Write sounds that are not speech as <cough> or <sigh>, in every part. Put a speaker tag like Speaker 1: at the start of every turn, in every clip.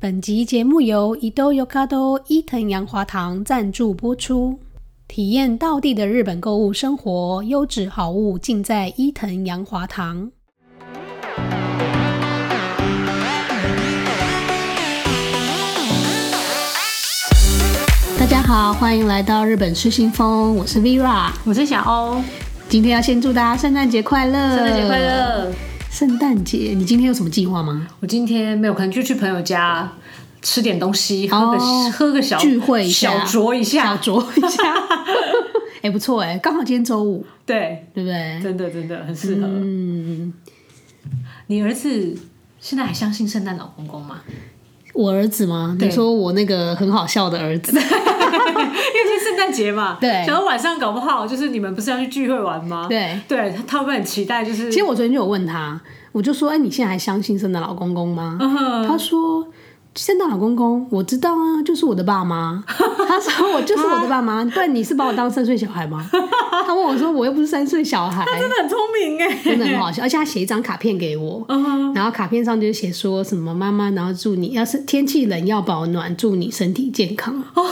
Speaker 1: 本集节目由 Edo Yokado 伊藤洋华堂赞助播出。体验道地的日本购物生活，优质好物尽在伊藤洋华堂。大家好，欢迎来到日本失心疯，我是 Vera。
Speaker 2: 我是小欧，
Speaker 1: 今天要先祝大家圣诞节快乐！
Speaker 2: 圣诞节快！乐！
Speaker 1: 圣诞节，你今天有什么计划吗？
Speaker 2: 我今天没有，可能就去朋友家吃点东西，喝个、
Speaker 1: 哦
Speaker 2: 喝个小
Speaker 1: 聚会一下
Speaker 2: 小酌一
Speaker 1: 小
Speaker 2: 下。
Speaker 1: 酌一下， <laughs> 哎、不错哎、刚好今天周五，
Speaker 2: 对，
Speaker 1: 对不对？
Speaker 2: 真的真的很适合。
Speaker 1: 嗯，
Speaker 2: 你儿子现在还相信圣诞老公公
Speaker 1: <laughs>
Speaker 2: 吗？
Speaker 1: 我儿子吗？你
Speaker 2: 对
Speaker 1: 说我那个很好笑的儿子，
Speaker 2: 因为是圣诞节嘛，
Speaker 1: 对
Speaker 2: 然后晚上搞不好就是你们不是要去聚会玩吗？
Speaker 1: <laughs> 对。
Speaker 2: 对，他他会不会很期待，就是
Speaker 1: 其实我昨天就有问他，我就说：“哎、你现在还相信圣诞老公公吗？”
Speaker 2: 嗯哼
Speaker 1: 他说：“圣诞老公公，我知道啊，就是我的爸妈。”他说：“我就是我的爸妈，不然你是把我当三岁小孩吗？”他问我说：“我又不是三岁小
Speaker 2: <laughs>
Speaker 1: 孩。”
Speaker 2: 真的很聪明哎，
Speaker 1: 真的很好笑，而且他写一张卡片给我，
Speaker 2: 嗯哼，
Speaker 1: 然后卡片上就写说什么妈妈，然后祝你要是天气冷要保暖，祝你身体健康。
Speaker 2: 哦，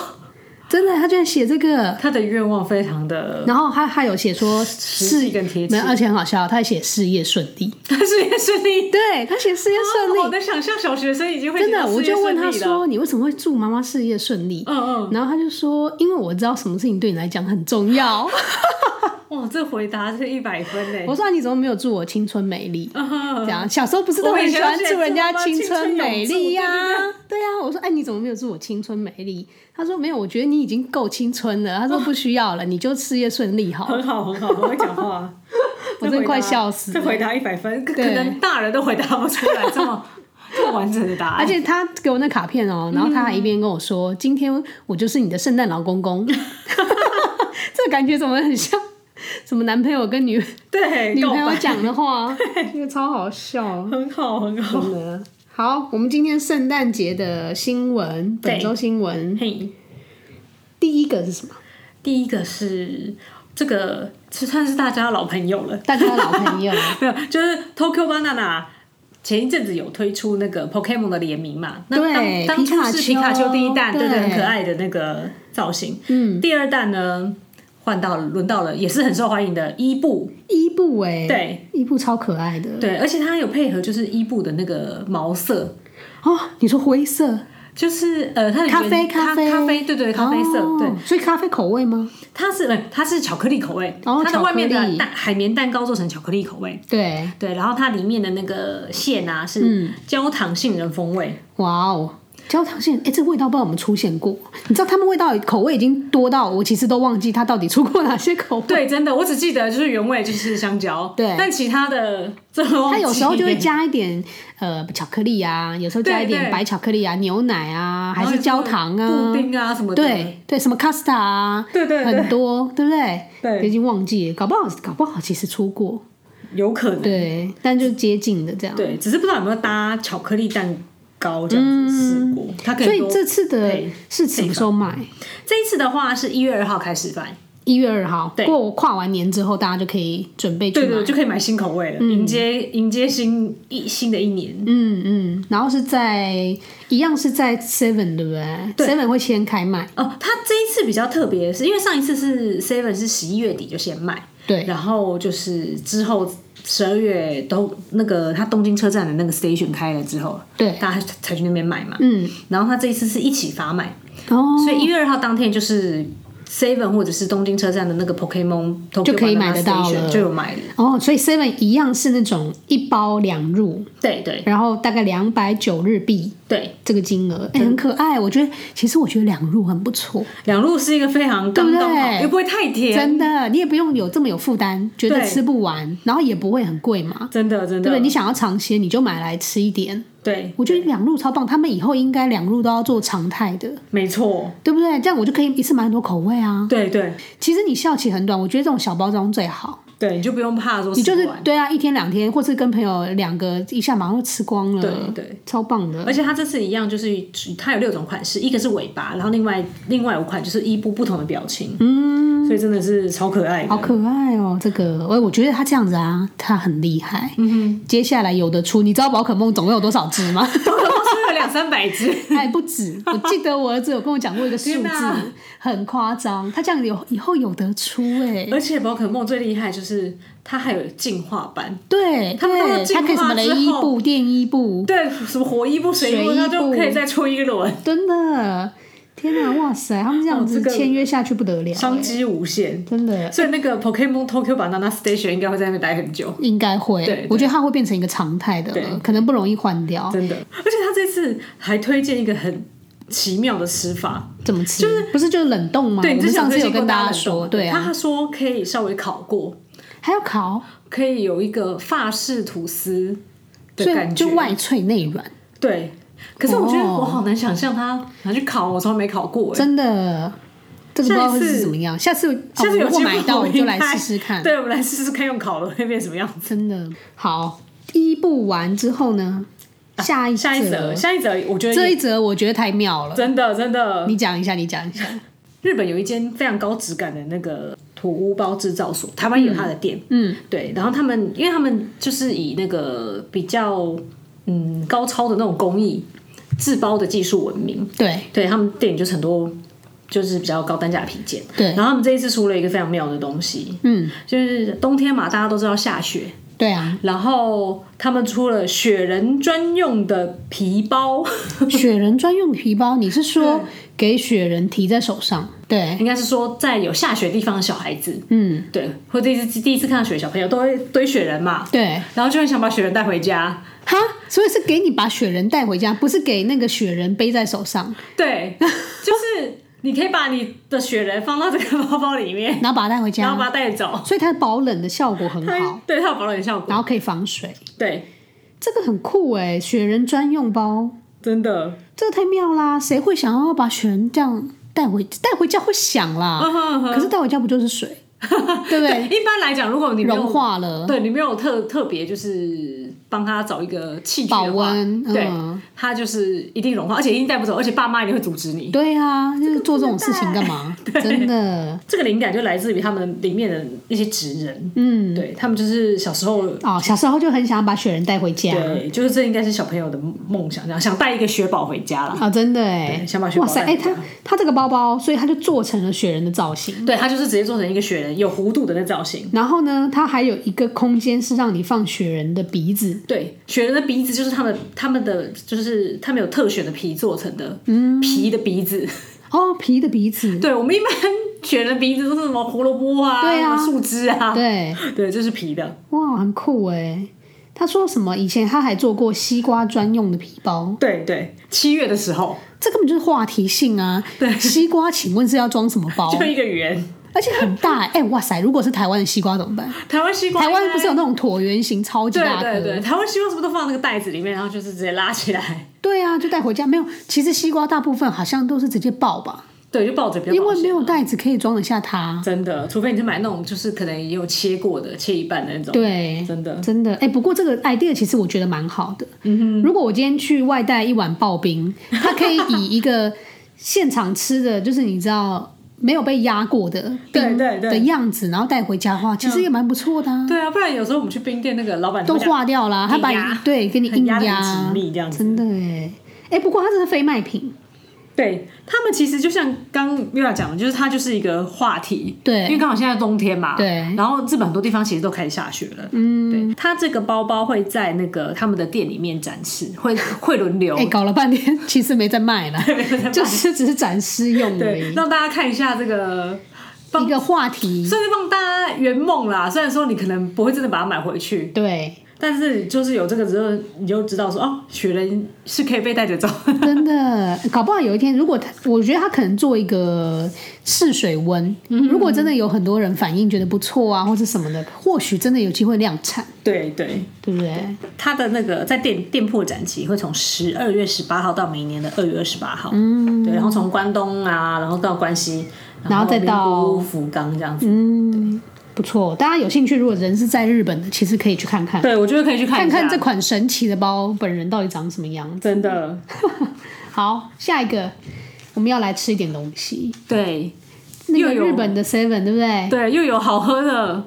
Speaker 1: <laughs> 真的，他居然写这个，
Speaker 2: 他的愿望非常的，
Speaker 1: 然后他还有写说
Speaker 2: 实
Speaker 1: 事
Speaker 2: 际跟贴
Speaker 1: 没
Speaker 2: 切
Speaker 1: 有，而且很好笑，他还写事业顺利。
Speaker 2: 但是也是你。
Speaker 1: 对他写事业顺利，
Speaker 2: 哦我能想象小学生已经会
Speaker 1: 真的，
Speaker 2: 觉得
Speaker 1: 我
Speaker 2: 事业
Speaker 1: 就问
Speaker 2: 顺
Speaker 1: 他
Speaker 2: 利了，
Speaker 1: 说你为什么会祝妈妈事业顺利？
Speaker 2: 嗯嗯，
Speaker 1: 然后他就说，因为我知道什么事情对你来讲很重
Speaker 2: <laughs>
Speaker 1: 要。
Speaker 2: 哇，这回答是一百分嘞！
Speaker 1: 嗯我说、啊你怎么没有祝我青春美丽？ <laughs> 这
Speaker 2: 嗯
Speaker 1: 样小时候不是都很喜欢祝人家青春美丽呀、
Speaker 2: 我以前要写什么青春永
Speaker 1: 对呀、我说哎，你怎么没有祝我青春美丽？他说没有，我觉得你已经够青春了。
Speaker 2: 哦
Speaker 1: 他说不需要了，你就事业顺利
Speaker 2: <laughs>
Speaker 1: 好了。
Speaker 2: 很好很好，我会讲话，
Speaker 1: <laughs> 我真的快笑死
Speaker 2: 这
Speaker 1: 了。
Speaker 2: 回答一百分，可
Speaker 1: 对
Speaker 2: 可能大人都回答不出来这么 <laughs> 这么完整的答
Speaker 1: 而
Speaker 2: 案。
Speaker 1: 且他给我那卡片
Speaker 2: 嗯
Speaker 1: 哦、然后他还一边跟我说：“今天我就是你的圣诞老公公。” <laughs> 这感觉怎么很像什么男朋友跟女
Speaker 2: 对，
Speaker 1: 女
Speaker 2: 告
Speaker 1: 朋友
Speaker 2: 白
Speaker 1: 讲的
Speaker 2: <laughs>
Speaker 1: 话？这个超好笑，
Speaker 2: 很好很好。
Speaker 1: 真的。好，我们今天圣诞节的新闻，本周新闻
Speaker 2: 嘿，
Speaker 1: 第一个是什么？
Speaker 2: 第一个是这个，这算是大家的老朋友了，
Speaker 1: 大家的老朋友，
Speaker 2: <laughs> 没有，就是 Tokyo Banana。前一阵子有推出那个 Pokemon 的联名嘛？那
Speaker 1: 对
Speaker 2: 当当初是
Speaker 1: 皮
Speaker 2: 皮
Speaker 1: 卡
Speaker 2: 卡
Speaker 1: 丘
Speaker 2: 丘第一弹，对
Speaker 1: 对
Speaker 2: 对，很可爱的那个造型。
Speaker 1: 嗯，
Speaker 2: 第二弹呢，换到了轮到了，也是很受欢迎的伊布，
Speaker 1: <laughs> 伊布哎、
Speaker 2: 对，
Speaker 1: 伊布超可爱的
Speaker 2: 对，而且它有配合就是伊布的那个毛色，
Speaker 1: 哦。你说灰色
Speaker 2: 就是呃，它的
Speaker 1: 咖啡，
Speaker 2: 原咖
Speaker 1: 啡，
Speaker 2: 咖啡，对对，咖啡色，
Speaker 1: 哦
Speaker 2: 对，，
Speaker 1: 所以咖啡口味吗？
Speaker 2: 它是呃它是巧克力口味，
Speaker 1: 哦
Speaker 2: 它的外面
Speaker 1: 巧克力
Speaker 2: 的蛋海绵蛋糕做成巧克力口味，
Speaker 1: 对，
Speaker 2: 对，然后它里面的那个馅啊是
Speaker 1: 嗯
Speaker 2: 焦糖杏仁风味，
Speaker 1: 哇哦，焦糖馅，哎、这味道不知道有没有出现过？你知道他们味道口味已经多到我其实都忘记它到底出过哪些口味。
Speaker 2: 对，真的，我只记得就是原味就是香蕉，
Speaker 1: 对
Speaker 2: 但其他的这个
Speaker 1: 它有时候就会
Speaker 2: 加，
Speaker 1: 加一点呃巧克力啊，有时候加一
Speaker 2: 对
Speaker 1: 点
Speaker 2: 对
Speaker 1: 白巧克力啊、牛奶啊，还
Speaker 2: 然后
Speaker 1: 是
Speaker 2: 有
Speaker 1: 焦糖啊
Speaker 2: 布，丁啊什么的，
Speaker 1: 对对，什么 casta 啊，
Speaker 2: 对对对
Speaker 1: 很多，对不对？
Speaker 2: 对
Speaker 1: 已经忘记了，搞不好搞不好其实出过，
Speaker 2: 有可能。
Speaker 1: 对，但就接近的这样。
Speaker 2: 对，只是不知道有没有搭巧克力蛋糕这样子试过。它
Speaker 1: 嗯
Speaker 2: 可
Speaker 1: 所
Speaker 2: 以
Speaker 1: 以
Speaker 2: 多
Speaker 1: 这次的
Speaker 2: 对
Speaker 1: 是什么时候卖？
Speaker 2: 这一次的话是一月二号开始卖，
Speaker 1: 一月二号，
Speaker 2: 对
Speaker 1: 过跨完年之后，大家就可以准备去
Speaker 2: 对
Speaker 1: 买。
Speaker 2: 对，就可以买新口味了，迎接迎接新一新的一年。
Speaker 1: 嗯嗯，然后是在一样是在 Seven 对不对
Speaker 2: 对
Speaker 1: ？Seven 会先开卖，
Speaker 2: 哦，它这一次比较特别，是因为上一次是 Seven 是十一月底就先卖，
Speaker 1: 对，
Speaker 2: 然后就是之后十二月都那个它东京车站的那个 station 开了之后，
Speaker 1: 对
Speaker 2: 大家才去那边买嘛。
Speaker 1: 嗯，
Speaker 2: 然后它这一次是一起发卖，
Speaker 1: 哦，
Speaker 2: 所以一月二号当天就是 Seven 或者是东京车站的那个 Pokemon
Speaker 1: 就可以买得到
Speaker 2: Tokyo Banana
Speaker 1: 了
Speaker 2: Station 就有买了。
Speaker 1: 哦，所以 Seven 一样是那种一包两入，
Speaker 2: 对对
Speaker 1: 然后大概两百九日币
Speaker 2: 对，
Speaker 1: 这个金额，哎、很可爱。我觉得其实我觉得两入很不错，
Speaker 2: 两路是一个非常刚刚
Speaker 1: 对不
Speaker 2: 好，
Speaker 1: 对
Speaker 2: 又不会太甜，
Speaker 1: 真的，你也不用有这么有负担，觉得
Speaker 2: 啊对
Speaker 1: 吃不完，然后也不会很贵嘛，
Speaker 2: 真的
Speaker 1: 啊对
Speaker 2: 真
Speaker 1: 不对？
Speaker 2: 的
Speaker 1: 你想要尝鲜，你就买来吃一点。
Speaker 2: 对，
Speaker 1: 我觉得两入超棒，他们以后应该两入都要做常态的，
Speaker 2: 没错，
Speaker 1: 对不对？这样我就可以一次买很多口味啊。
Speaker 2: 对对
Speaker 1: 其实你效期很短，我觉得这种小包装最好。
Speaker 2: 对，你就不用怕说
Speaker 1: 你就
Speaker 2: 吃
Speaker 1: 是
Speaker 2: 不完
Speaker 1: 对啊，一天两天，或是跟朋友两个一下马上就吃光了，
Speaker 2: 对对，
Speaker 1: 超棒的。
Speaker 2: 而且它这次一样，就是它有六种款式，一个是尾巴，然后另外另外五款就是伊布不同的表情，嗯，所以真的是超可爱
Speaker 1: 好
Speaker 2: 的，
Speaker 1: 可爱哦、这个我我觉得他这样子啊，他很厉害。
Speaker 2: 嗯哼， <laughs>
Speaker 1: 接下来有的出，你知道宝可梦总共有多少只吗？
Speaker 2: 都是两三百只。 <laughs>
Speaker 1: 哎，不止！我记得我儿子有跟我讲过一个数
Speaker 2: 天哪
Speaker 1: 字，很夸张。他这样有以后有得出哎、
Speaker 2: 而且宝可梦最厉害就是它还有进化版，
Speaker 1: 对，
Speaker 2: 他们到
Speaker 1: 对，
Speaker 2: 进
Speaker 1: 他
Speaker 2: 化
Speaker 1: 可以什么雷
Speaker 2: 之
Speaker 1: 伊
Speaker 2: 后
Speaker 1: 布、电伊布，
Speaker 2: 对，什么火一步、水一步，
Speaker 1: 水一
Speaker 2: 它就
Speaker 1: 步
Speaker 2: 可以再出一轮，
Speaker 1: 真的，天哪，哇塞，他们这样
Speaker 2: 哦
Speaker 1: 子
Speaker 2: 这个
Speaker 1: 签约下去不得了、欸
Speaker 2: 商机无限。
Speaker 1: 真的
Speaker 2: 所以那个 Pokemon Tokyo Banana Station 应该会在那边待很久，
Speaker 1: 应该会。
Speaker 2: 对对
Speaker 1: 我觉得它会变成一个常态的
Speaker 2: 对
Speaker 1: 了，可能不容易换掉。
Speaker 2: 真的。而且他这次还推荐一个很奇妙的吃法，
Speaker 1: 怎么吃？就是不是就是冷冻吗？
Speaker 2: 对，
Speaker 1: 哦我
Speaker 2: 你
Speaker 1: 们
Speaker 2: 之前
Speaker 1: 上次
Speaker 2: 推
Speaker 1: 有
Speaker 2: 荐过
Speaker 1: 跟
Speaker 2: 大
Speaker 1: 大
Speaker 2: 家
Speaker 1: 家
Speaker 2: 冷冻
Speaker 1: 说，对啊，
Speaker 2: 他说可以稍微烤过，
Speaker 1: 还要烤，
Speaker 2: 可以有一个法式吐司的
Speaker 1: 所
Speaker 2: 感
Speaker 1: 以
Speaker 2: 觉，
Speaker 1: 就外脆内软，
Speaker 2: 对。可是我觉得
Speaker 1: 哦
Speaker 2: 我好难想象它拿去烤，我从来没烤过哎。
Speaker 1: 真的。这个不知道会
Speaker 2: 下一次
Speaker 1: 是怎么样，下次
Speaker 2: 下次
Speaker 1: 哦、
Speaker 2: 有
Speaker 1: 如果
Speaker 2: 机会
Speaker 1: 买到，
Speaker 2: 我
Speaker 1: 我
Speaker 2: 们
Speaker 1: 就来
Speaker 2: 应该
Speaker 1: 试试看。
Speaker 2: 对，我们来试试看用烤的会变什么样。
Speaker 1: 真的好，第一步完之后呢，下一
Speaker 2: 啊下一
Speaker 1: 则
Speaker 2: 则，，下一则，我觉得
Speaker 1: 这
Speaker 2: 也
Speaker 1: 一则我觉得太妙了。
Speaker 2: 真的真的，
Speaker 1: 你讲一下，你讲一下。
Speaker 2: 日本有一间非常高质感的那个土屋包制造所，台湾也有它的店。
Speaker 1: 嗯，
Speaker 2: 对，然后他们，因为他们就是以那个比较嗯高超的那种工艺制包的技术闻名，
Speaker 1: 对
Speaker 2: 对他们店里就是很多就是比较高单价的皮件。
Speaker 1: 对
Speaker 2: 然，后他们这一次出了一个非常妙的东西，
Speaker 1: 嗯，
Speaker 2: 就是冬天嘛，大家都知道下雪，
Speaker 1: 对啊，
Speaker 2: 然后他们出了雪人专用的皮包，
Speaker 1: 雪人专用皮包，你是说给雪人提在手上？对，
Speaker 2: 应该是说在有下雪地方的小孩子，
Speaker 1: 嗯，
Speaker 2: 对，或第一次第一次看到雪的小朋友都会堆雪人嘛，
Speaker 1: 对，
Speaker 2: 然后就很想把雪人带回家，
Speaker 1: 哈，所以是给你把雪人带回家，不是给那个雪人背在手上，
Speaker 2: 对， <laughs> 就是你可以把你的雪人放到这个包包里面，
Speaker 1: 然后把它带回
Speaker 2: 然后
Speaker 1: 家，
Speaker 2: 把哎它带走，
Speaker 1: 所以它的保冷的效果很
Speaker 2: 它
Speaker 1: 好，
Speaker 2: 对它有保暖效果，
Speaker 1: 然后可以防水，
Speaker 2: 对，
Speaker 1: 这个很酷哎、雪人专用包，
Speaker 2: 真的，
Speaker 1: 这个太妙啦！谁会想要把雪人这样带回带回家？会想啦，
Speaker 2: 嗯哼哼
Speaker 1: 可是带回家不就是
Speaker 2: <laughs>
Speaker 1: 水，对不对？
Speaker 2: 一般来讲，如果你没有
Speaker 1: 融化了，
Speaker 2: 对你没有特特别就是帮他找一个器具的话
Speaker 1: 保温，
Speaker 2: 对
Speaker 1: 嗯
Speaker 2: 他就是一定融化，而且一定带不走，而且爸妈一定会阻止你。
Speaker 1: 对啊，就是做这种事情干
Speaker 2: <laughs>
Speaker 1: 嘛？真的，
Speaker 2: 这个灵感就来自于他们里面的那些职人，
Speaker 1: 嗯，
Speaker 2: 对他们就是小时候，
Speaker 1: 哦，小时候就很想把雪人带回家
Speaker 2: 对，就是这应该是小朋友的梦想，这样想带一个雪宝回家啦。
Speaker 1: 啊、真的哎
Speaker 2: 对，想把雪
Speaker 1: 哇
Speaker 2: 宝
Speaker 1: 塞，
Speaker 2: 带
Speaker 1: 哎，
Speaker 2: 回家
Speaker 1: 他他这个包包，所以他就做成了雪人的造型。
Speaker 2: 对，他就是直接做成一个雪人，有弧度的那造型。
Speaker 1: 然后呢，它还有一个空间是让你放雪人的鼻子，
Speaker 2: 对，雪人的鼻子就是他们他们的就是他们有特选的皮做成的，嗯，皮的鼻子。
Speaker 1: 哦，皮的鼻子，
Speaker 2: 对我们一般 <laughs> 雪人的鼻子都是什么胡萝卜啊，
Speaker 1: 对啊
Speaker 2: 什么树枝啊，
Speaker 1: 对，
Speaker 2: 对，这是皮的。
Speaker 1: 哇，很酷哎。他说什么？以前他还做过西瓜专用的皮包，
Speaker 2: 对对，七月的时候
Speaker 1: 这根本就是话题性啊！
Speaker 2: 对
Speaker 1: 西瓜，请问是要装什么包？
Speaker 2: 就一个圆，
Speaker 1: 而且很大哎、哎哇塞！如果是台湾的西瓜怎么办？
Speaker 2: 台湾西瓜，
Speaker 1: 台湾不是有那种椭圆形超级
Speaker 2: 啊对
Speaker 1: 大颗？
Speaker 2: 对对，台湾西瓜是不是都放在那个袋子里面，然后就是直接拉起来， <laughs>
Speaker 1: 对啊，就带回家没有？其实西瓜大部分好像都是直接爆吧，
Speaker 2: 对，就抱着比较
Speaker 1: 因
Speaker 2: 保
Speaker 1: 为
Speaker 2: 险。
Speaker 1: 没有袋子可以装得下它。
Speaker 2: 真的，除非你是买那种就是可能也有切过的，切一半的那种，
Speaker 1: 对，
Speaker 2: 真的
Speaker 1: 真的，哎、不过这个 idea 其实我觉得蛮好的。嗯哼，如果我今天去外带一碗刨
Speaker 2: <laughs>
Speaker 1: 冰，它可以以一个现场吃的，就是你知道没有被压过的
Speaker 2: 对
Speaker 1: 冰
Speaker 2: 对对
Speaker 1: 的样子，然后带回家的话，其实也蛮不错的、啊。
Speaker 2: 对啊，不然有时候我们去冰店那个老板
Speaker 1: 都
Speaker 2: 会讲
Speaker 1: 化掉啦，他把你
Speaker 2: 硬压
Speaker 1: 对给你
Speaker 2: 很
Speaker 1: 硬
Speaker 2: 压
Speaker 1: 压，啊
Speaker 2: 得很紧密这样子
Speaker 1: 真的哎。哎、不过它这是非卖品，
Speaker 2: 对他们其实就像刚 Mira 讲的，就是它就是一个话题，
Speaker 1: 对
Speaker 2: 因为刚好现在冬天嘛，
Speaker 1: 对
Speaker 2: 然后日本很多地方其实都开始下雪了，嗯，对，它这个包包会在那个他们的店里面展示，
Speaker 1: <laughs>
Speaker 2: 会会轮流
Speaker 1: 哎、，搞了半天其实没在卖
Speaker 2: <laughs>
Speaker 1: 啦，就是只是展示用而
Speaker 2: 对，
Speaker 1: 已，
Speaker 2: 让大家看一下这个，
Speaker 1: 一个话题。
Speaker 2: 算是帮大家圆梦啦。虽然说你可能不会真的把它买回去，
Speaker 1: 对，
Speaker 2: 但是就是有这个之后，你就知道说哦，雪人是可以被带
Speaker 1: <laughs>
Speaker 2: 着走，
Speaker 1: 真的，搞不好有一天，如果他，我觉得他可能做一个试水温，
Speaker 2: 嗯
Speaker 1: 如果真的有很多人反应觉得不错啊，或者什么的，或许真的有机会量产，
Speaker 2: 对对。
Speaker 1: 对不对？
Speaker 2: 它的那个在店店铺展期会从十二月十八号到明年的二月二十八号，嗯，对，然后从关东啊，然后到关西，
Speaker 1: 然后再到
Speaker 2: 名古屋福冈这样子。
Speaker 1: 嗯，不错，大家有兴趣，如果人是在日本的，其实可以去看看，
Speaker 2: 对，我觉得可以去看
Speaker 1: 看
Speaker 2: 一下
Speaker 1: 看这款神奇的包本人到底长什么样。
Speaker 2: 真的
Speaker 1: 好，下一个我们要来吃一点东西，
Speaker 2: 对
Speaker 1: 那
Speaker 2: 又
Speaker 1: 个
Speaker 2: 有
Speaker 1: 日本的 Seven 对不对？
Speaker 2: 对，又有好喝的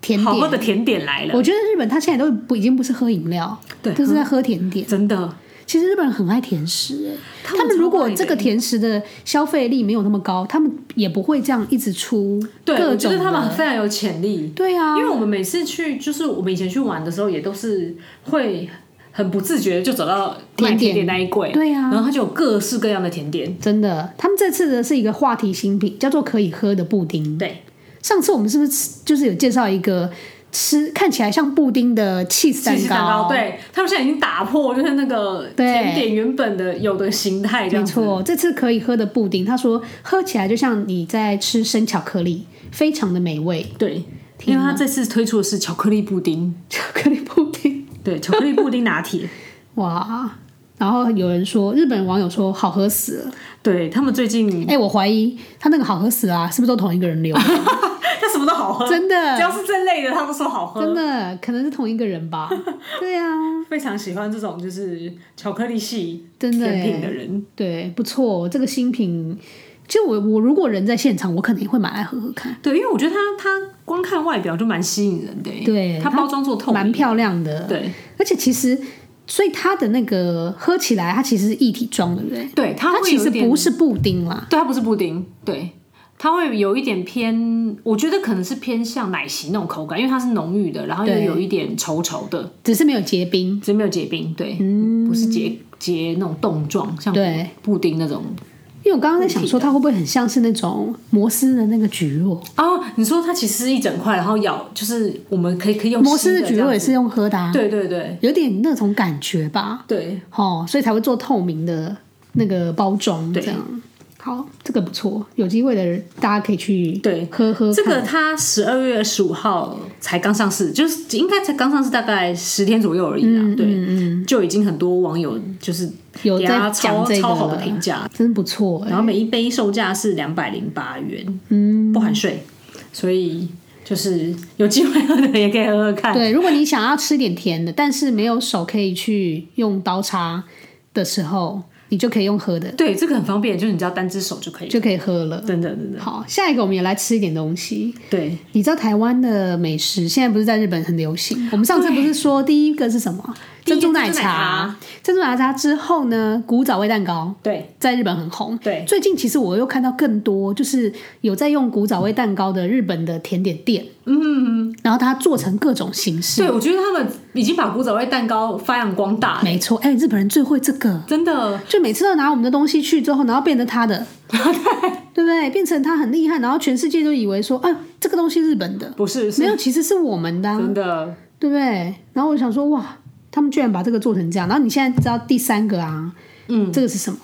Speaker 1: 甜
Speaker 2: 好喝
Speaker 1: 点。
Speaker 2: 的甜点来了，
Speaker 1: 我觉得日本它现在都不已经不是喝饮料，
Speaker 2: 对
Speaker 1: 就是在喝甜点。
Speaker 2: 真的
Speaker 1: 其实日本人很爱甜食、哎，
Speaker 2: 他
Speaker 1: 他
Speaker 2: 们
Speaker 1: 们如
Speaker 2: 超
Speaker 1: 果
Speaker 2: 爱的
Speaker 1: 这个甜食的消费力没有那么高，他们也不会这样一直出
Speaker 2: 对，
Speaker 1: 各
Speaker 2: 我觉
Speaker 1: 种
Speaker 2: 得他们
Speaker 1: 的
Speaker 2: 非常有潜力。
Speaker 1: 对啊
Speaker 2: 因，为我们每次去，就是我们以前去玩的时候，也都是会很不自觉地就走到卖
Speaker 1: 甜点
Speaker 2: 甜点那一柜，
Speaker 1: 对啊
Speaker 2: 然后它就有各式各样的甜点。
Speaker 1: 真的，他们这次的是一个话题新品，叫做可以喝的布丁。
Speaker 2: 对，
Speaker 1: 上次我们是不是吃就是有介绍一个吃看起来像布丁的 cheese
Speaker 2: 芝士蛋糕，对他们现在已经打破就是那个
Speaker 1: 对
Speaker 2: 甜点原本的有的形态，这
Speaker 1: 没
Speaker 2: 样子。
Speaker 1: 错，这次可以喝的布丁，他说喝起来就像你在吃生巧克力，非常的美味。 <laughs>
Speaker 2: 对，因为他这次推出的是巧克力布丁，
Speaker 1: 巧克力布丁，
Speaker 2: 对，巧克力布丁拿 <laughs> 铁。
Speaker 1: 哇！然后有人说，日本网友说好喝死了。
Speaker 2: 对他们最近 <laughs>
Speaker 1: 哎、我怀疑他那个好喝死啊，是不是都同一个人留的？
Speaker 2: 他什么都好喝，
Speaker 1: 真
Speaker 2: 只
Speaker 1: 的，
Speaker 2: 要是这类的，他都说好喝
Speaker 1: 真。的，可能是同一个人
Speaker 2: <laughs>
Speaker 1: 吧。对啊，
Speaker 2: 非常喜欢这种就是巧克力系
Speaker 1: 真的
Speaker 2: 甜
Speaker 1: 耶
Speaker 2: 品的人。
Speaker 1: 对，不错，这个新品，就我我如果人在现场，我肯定会买来喝喝看，
Speaker 2: 对，因为我觉得它它光看外表就蛮吸引人的耶，
Speaker 1: 对
Speaker 2: 它
Speaker 1: 它
Speaker 2: 包装做透
Speaker 1: 蛮
Speaker 2: 明，
Speaker 1: 漂亮的。，
Speaker 2: 对
Speaker 1: 而且其实，所以它的那个喝起来，它其实是一体装，对不对？
Speaker 2: 对，它
Speaker 1: 它
Speaker 2: 会
Speaker 1: 其
Speaker 2: 有一
Speaker 1: 实
Speaker 2: 点
Speaker 1: 不，是布丁啦，
Speaker 2: 对，它不是布丁，对，它会有一点偏，我觉得可能是偏向奶昔那种口感，因为它是浓郁的，然后又
Speaker 1: 对
Speaker 2: 有一点稠稠的，
Speaker 1: 只是没有结冰。
Speaker 2: 只是没有结冰，对，不是结结那种冻状，像
Speaker 1: 嗯对
Speaker 2: 布丁那种。
Speaker 1: 因为我刚刚在想说，它会不会很像是那种摩斯的那个菊若？
Speaker 2: 哦，你说它其实是一整块，然后咬，就是我们可以可以用
Speaker 1: 摩
Speaker 2: 吸
Speaker 1: 斯
Speaker 2: 的
Speaker 1: 的菊
Speaker 2: 这样
Speaker 1: 若也
Speaker 2: 子
Speaker 1: 是用喝的、啊，
Speaker 2: 对对对
Speaker 1: 有点那种感觉吧。
Speaker 2: 对，
Speaker 1: 哦，所以才会做透明的那个包装，这
Speaker 2: 对
Speaker 1: 样。好，这个不错，有机会的人大家可以去
Speaker 2: 对
Speaker 1: 喝喝看。
Speaker 2: 这个它十二月十五号才刚上市，就是应该才刚上市大概十天左右而已啦。对，就已经很多网友就是
Speaker 1: 嗯有
Speaker 2: 给
Speaker 1: 在
Speaker 2: 它
Speaker 1: 讲
Speaker 2: 超
Speaker 1: 这个
Speaker 2: 超好的
Speaker 1: 了
Speaker 2: 评价，
Speaker 1: 真不错、欸
Speaker 2: 然后每一杯售价是两百零八元，嗯，不含税，所以就是有机会喝的也可以喝喝看。
Speaker 1: 对，如果你想要吃点甜的，但是没有手可以去用刀叉的时候，你就可以用喝的，
Speaker 2: 对，这个很方便，就是你只要单只手就可以。
Speaker 1: 就可以喝了。
Speaker 2: 真的真的，
Speaker 1: 好，下一个我们也来吃一点东西。
Speaker 2: 对，
Speaker 1: 你知道台湾的美食现在不是在日本很流行？我们上次不是说第一个是什么？
Speaker 2: 第一
Speaker 1: 珍
Speaker 2: 个
Speaker 1: 珠奶
Speaker 2: 珍珠
Speaker 1: 茶
Speaker 2: 奶茶。
Speaker 1: 珍珠奶茶之后呢，古早味蛋糕。
Speaker 2: 对，
Speaker 1: 在日本很红。
Speaker 2: 对
Speaker 1: 最近其实我又看到更多，就是有在用古早味蛋糕的日本的甜点店，嗯，然后它做成各种形式。
Speaker 2: 对，我觉得他们已经把古早味蛋糕发扬光大了，
Speaker 1: 没错，哎、日本人最会这个，
Speaker 2: 真的。
Speaker 1: 就每次都拿我们的东西去之后，然后变成他的， <laughs> 对不对？变成他很厉害，然后全世界都以为说，啊，这个东西日本的，
Speaker 2: 不是，是
Speaker 1: 没有，其实是我们的啊、
Speaker 2: 真的，
Speaker 1: 对不对？然后我想说，哇，他们居然把这个做成这样。然后你现在知道第三个啊，嗯，这个是什么？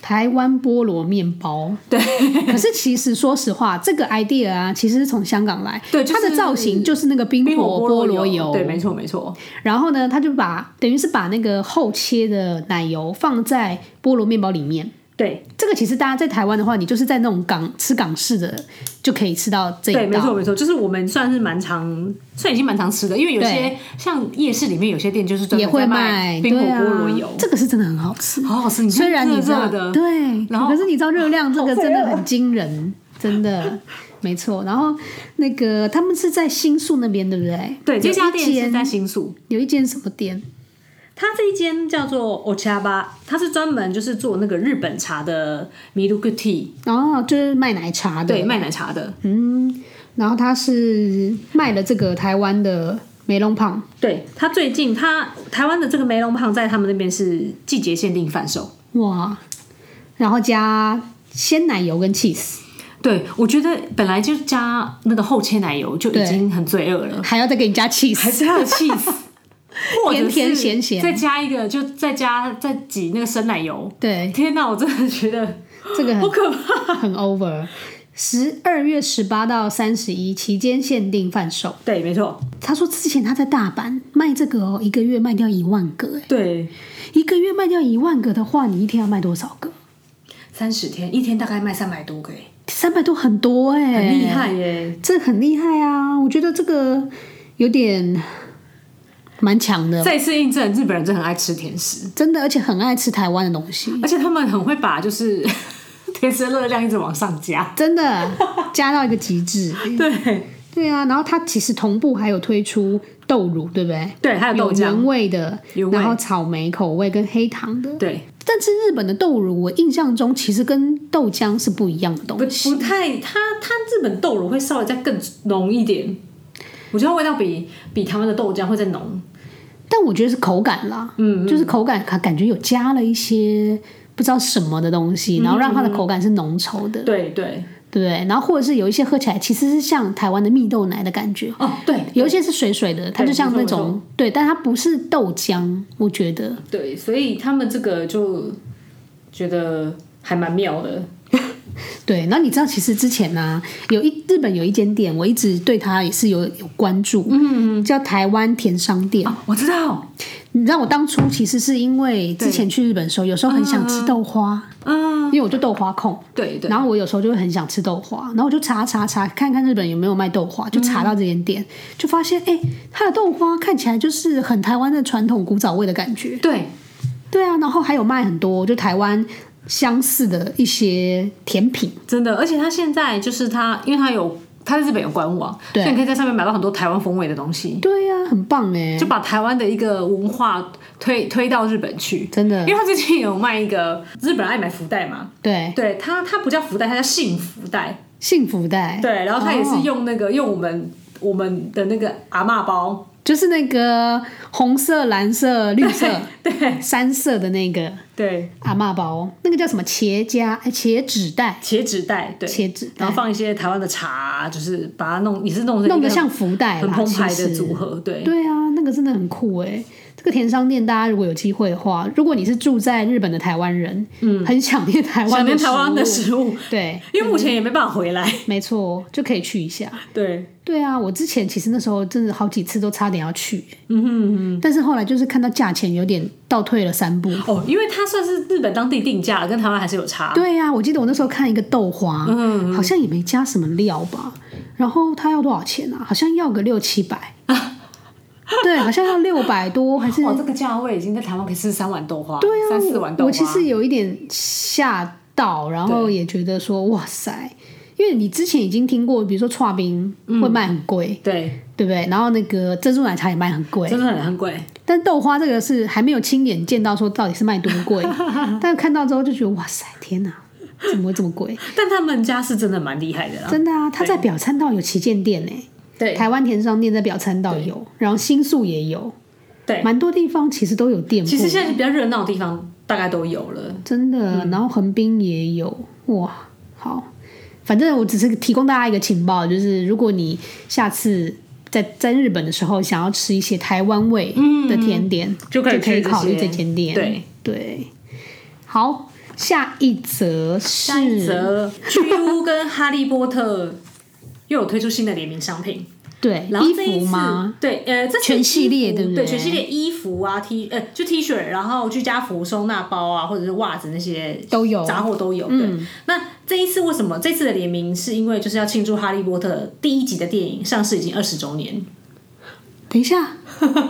Speaker 1: 台湾菠萝面包。
Speaker 2: 对，
Speaker 1: 可是其实说实话，这个 idea 啊，其实是从香港来，
Speaker 2: 对就是
Speaker 1: 它的造型就是那个冰
Speaker 2: 冰
Speaker 1: 火菠
Speaker 2: 火菠
Speaker 1: 萝
Speaker 2: 萝
Speaker 1: 油，
Speaker 2: 对，没错没错，
Speaker 1: 然后呢，他就把等于是把那个厚切的奶油放在菠萝面包里面。
Speaker 2: 对
Speaker 1: 这个其实大家在台湾的话，你就是在那种港吃港式的就可以吃到这一道，
Speaker 2: 对，没错没错，就是我们算是蛮常，算已经蛮常吃的，因为有些像夜市里面有些店就是专
Speaker 1: 也
Speaker 2: 门
Speaker 1: 会
Speaker 2: 在
Speaker 1: 卖
Speaker 2: 冰火
Speaker 1: 对啊
Speaker 2: 菠萝油，
Speaker 1: 这个是真的很好吃。
Speaker 2: 好好吃，你看
Speaker 1: 虽然你
Speaker 2: 热
Speaker 1: 知道
Speaker 2: 热的，
Speaker 1: 对，
Speaker 2: 然后啊
Speaker 1: 可是你知道热量这个真的很惊
Speaker 2: <laughs>
Speaker 1: 人，真的没错。然后那个他们是在新宿那边，对不对？
Speaker 2: 对，这
Speaker 1: 有
Speaker 2: 家
Speaker 1: 一
Speaker 2: 店是
Speaker 1: 间
Speaker 2: 在新宿。
Speaker 1: 有一间什么店？
Speaker 2: 它这一间叫做 Ochaba，它是专门就是做那个日本茶的 Milk Tea，
Speaker 1: 哦，就是卖奶茶的，
Speaker 2: 对，卖奶茶的，
Speaker 1: 然后他是卖了这个台湾的梅隆胖，
Speaker 2: 对，它最近它台湾的这个梅隆胖在他们那边是季节限定贩售，
Speaker 1: 哇，然后加鲜奶油跟 cheese，
Speaker 2: 对我觉得本来就加那个厚切奶油就
Speaker 1: 对
Speaker 2: 已经很罪恶 <laughs> 了，
Speaker 1: 还要再给你加 cheese，
Speaker 2: 嗯还是要有 <laughs> cheese，或者
Speaker 1: 甜
Speaker 2: 是
Speaker 1: 甜咸咸
Speaker 2: 再加一个，就再加再挤那个生奶油。
Speaker 1: 对，
Speaker 2: 天哪，我真的觉得
Speaker 1: 这个
Speaker 2: 好
Speaker 1: 很
Speaker 2: 可怕。
Speaker 1: 很 over。十二月十八到三十一期间限定贩售。
Speaker 2: <laughs> 对，没错，
Speaker 1: 他说之前他在大阪卖这个哦，一个月卖掉一万个，哎
Speaker 2: 对，
Speaker 1: 一个月卖掉一万个的话，你一天要卖多少个？
Speaker 2: 三十天，一天大概卖三百多个耶，
Speaker 1: 三百多很多哎、
Speaker 2: 很厉害耶。
Speaker 1: 这很厉害啊！我觉得这个有点蛮强的，
Speaker 2: 再一次印证，日本人真的很爱吃甜食，
Speaker 1: 真的，而且很爱吃台湾的东西，
Speaker 2: 而且他们很会把就是 <laughs> 甜食的热量一直往上加。
Speaker 1: 真
Speaker 2: <laughs>
Speaker 1: 的加到一个极致。
Speaker 2: 对，
Speaker 1: 对啊，然后它其实同步还有推出豆乳，对不对？
Speaker 2: 对，还有
Speaker 1: 有
Speaker 2: 豆浆
Speaker 1: 原，味的，
Speaker 2: 原味
Speaker 1: 然后草莓口味跟黑糖的。
Speaker 2: 对，
Speaker 1: 但是日本的豆乳，我印象中其实跟豆浆是不一样的
Speaker 2: 不
Speaker 1: 东西。
Speaker 2: 不太，它它日本豆乳会稍微再更浓一点，我觉得它味道比比台湾的豆浆会再浓。
Speaker 1: 但我觉得是口感啦，嗯，就是口感，它感觉有加了一些不知道什么的东
Speaker 2: 嗯
Speaker 1: 西，然后让它的口感是浓稠的，
Speaker 2: 对对，
Speaker 1: 对不对？然后或者是有一些喝起来其实是像台湾的蜜豆奶的感觉，
Speaker 2: 哦对
Speaker 1: 有一些是水水的，它就像那种对，但它不是豆浆，我觉得
Speaker 2: 对，所以他们这个就觉得还蛮妙的。
Speaker 1: <laughs> 对。然后你知道，其实之前呢、有一日本有一间店，我一直对它也是有有关注，嗯，叫台湾甜商店。
Speaker 2: 啊，我知道，
Speaker 1: 你知道我当初其实是因为之前去日本的时候，有时候很想吃豆花，
Speaker 2: 嗯，
Speaker 1: 因为我就豆花控。
Speaker 2: 对对，
Speaker 1: 然后我有时候就会很想吃豆花，然后我就查查查，看看日本有没有卖豆花，就查到这间店，就发现哎、它的豆花看起来就是很台湾的传统古早味的感觉。
Speaker 2: 对
Speaker 1: 对啊，然后还有卖很多就台湾相似的一些甜品，
Speaker 2: 真的，而且它现在就是它，因为它有它在日本有官网，
Speaker 1: 对
Speaker 2: 所以你可以在上面买到很多台湾风味的东西，
Speaker 1: 对呀、很棒哎、
Speaker 2: 就把台湾的一个文化推推到日本去。
Speaker 1: 真的
Speaker 2: 因为它最近有卖一个日本人爱买福袋嘛，
Speaker 1: 对
Speaker 2: 对它它不叫福袋，它叫幸福袋，
Speaker 1: 幸福袋，
Speaker 2: 对，然后它也是
Speaker 1: 哦
Speaker 2: 用那个、用我们我们的那个阿嬷包，
Speaker 1: 就是那个红色、蓝色、绿色
Speaker 2: <laughs> 对
Speaker 1: 三色的那个
Speaker 2: 对，
Speaker 1: 阿嬷包，那个叫什么茄加哎茄子袋，
Speaker 2: 茄子袋，对，
Speaker 1: 茄子
Speaker 2: 然后放一些台湾的茶，就是把它弄，也是弄成一个
Speaker 1: 弄得像福袋
Speaker 2: 很
Speaker 1: 啦，
Speaker 2: 澎湃
Speaker 1: 其实
Speaker 2: 的组合，对，
Speaker 1: 对啊，那个真的很酷哎、这个甜商店，大家如果有机会的话，如果你是住在日本的台湾人，嗯，很想念台湾，
Speaker 2: 想念台湾的
Speaker 1: 食
Speaker 2: 食物
Speaker 1: 物，，对，
Speaker 2: 因为目前也没办法回来， <laughs>
Speaker 1: 没错，就可以去一下。
Speaker 2: 对，
Speaker 1: 对啊，我之前其实那时候真的好几次都差点要去，嗯哼但是后来就是看到价钱有点倒退了三步。
Speaker 2: 哦，因为它算是日本当地定价，跟台湾还是有差，
Speaker 1: 对呀、啊，我记得我那时候看一个豆花，嗯，好像也没加什么料吧，然后它要多少钱啊？好像要个六七百，对，好像要六百多还是
Speaker 2: 哦哇，这个价位已经在台湾可以吃三碗豆花，
Speaker 1: 对啊，
Speaker 2: 三四碗豆花，
Speaker 1: 我其实有一点吓到，然后也觉得说哇塞，因为你之前已经听过，比如说刨冰会卖很贵，
Speaker 2: 对，
Speaker 1: 对不对？然后那个珍珠奶茶也卖很贵，
Speaker 2: 真的很很贵，
Speaker 1: 但豆花这个是还没有亲眼见到说到底是卖多
Speaker 2: <laughs>
Speaker 1: 贵，但看到之后就觉得哇塞，天哪！怎么会这么贵？
Speaker 2: 但他们家是真的蛮厉害的啦，
Speaker 1: 真的啊，它在表参道有旗舰店呢、欸
Speaker 2: 对
Speaker 1: 台湾甜商店在表参道有，然后新宿也有，
Speaker 2: 对，
Speaker 1: 蛮多地方其实都有店铺。
Speaker 2: 其实现在比较热闹的地方大概都有了，
Speaker 1: 真的，
Speaker 2: 嗯
Speaker 1: 然后横滨也有哇，好，反正我只是提供大家一个情报，就是如果你下次在在日本的时候想要吃一些台湾味的甜点，
Speaker 2: 嗯就可以
Speaker 1: 可以
Speaker 2: 去这
Speaker 1: 考虑这
Speaker 2: 些
Speaker 1: 间店。
Speaker 2: 对
Speaker 1: 对，好，下一则是
Speaker 2: 下一则，G U 跟哈利波特又有推出新的联名商品，
Speaker 1: 对
Speaker 2: 然后
Speaker 1: 衣
Speaker 2: 这一
Speaker 1: 服
Speaker 2: 次
Speaker 1: 吗？？
Speaker 2: 对，呃，这次
Speaker 1: 全系列
Speaker 2: 衣服
Speaker 1: 对不对
Speaker 2: 对？全系列衣服啊，T 呃就 T 恤，然后居家服、收纳包啊，或者是袜子那些
Speaker 1: 都有嗯
Speaker 2: 杂货都有。对，那这一次为什么这次的联名是因为就是要庆祝《哈利波特》第一集的电影上市已经二十周年，
Speaker 1: 等一下，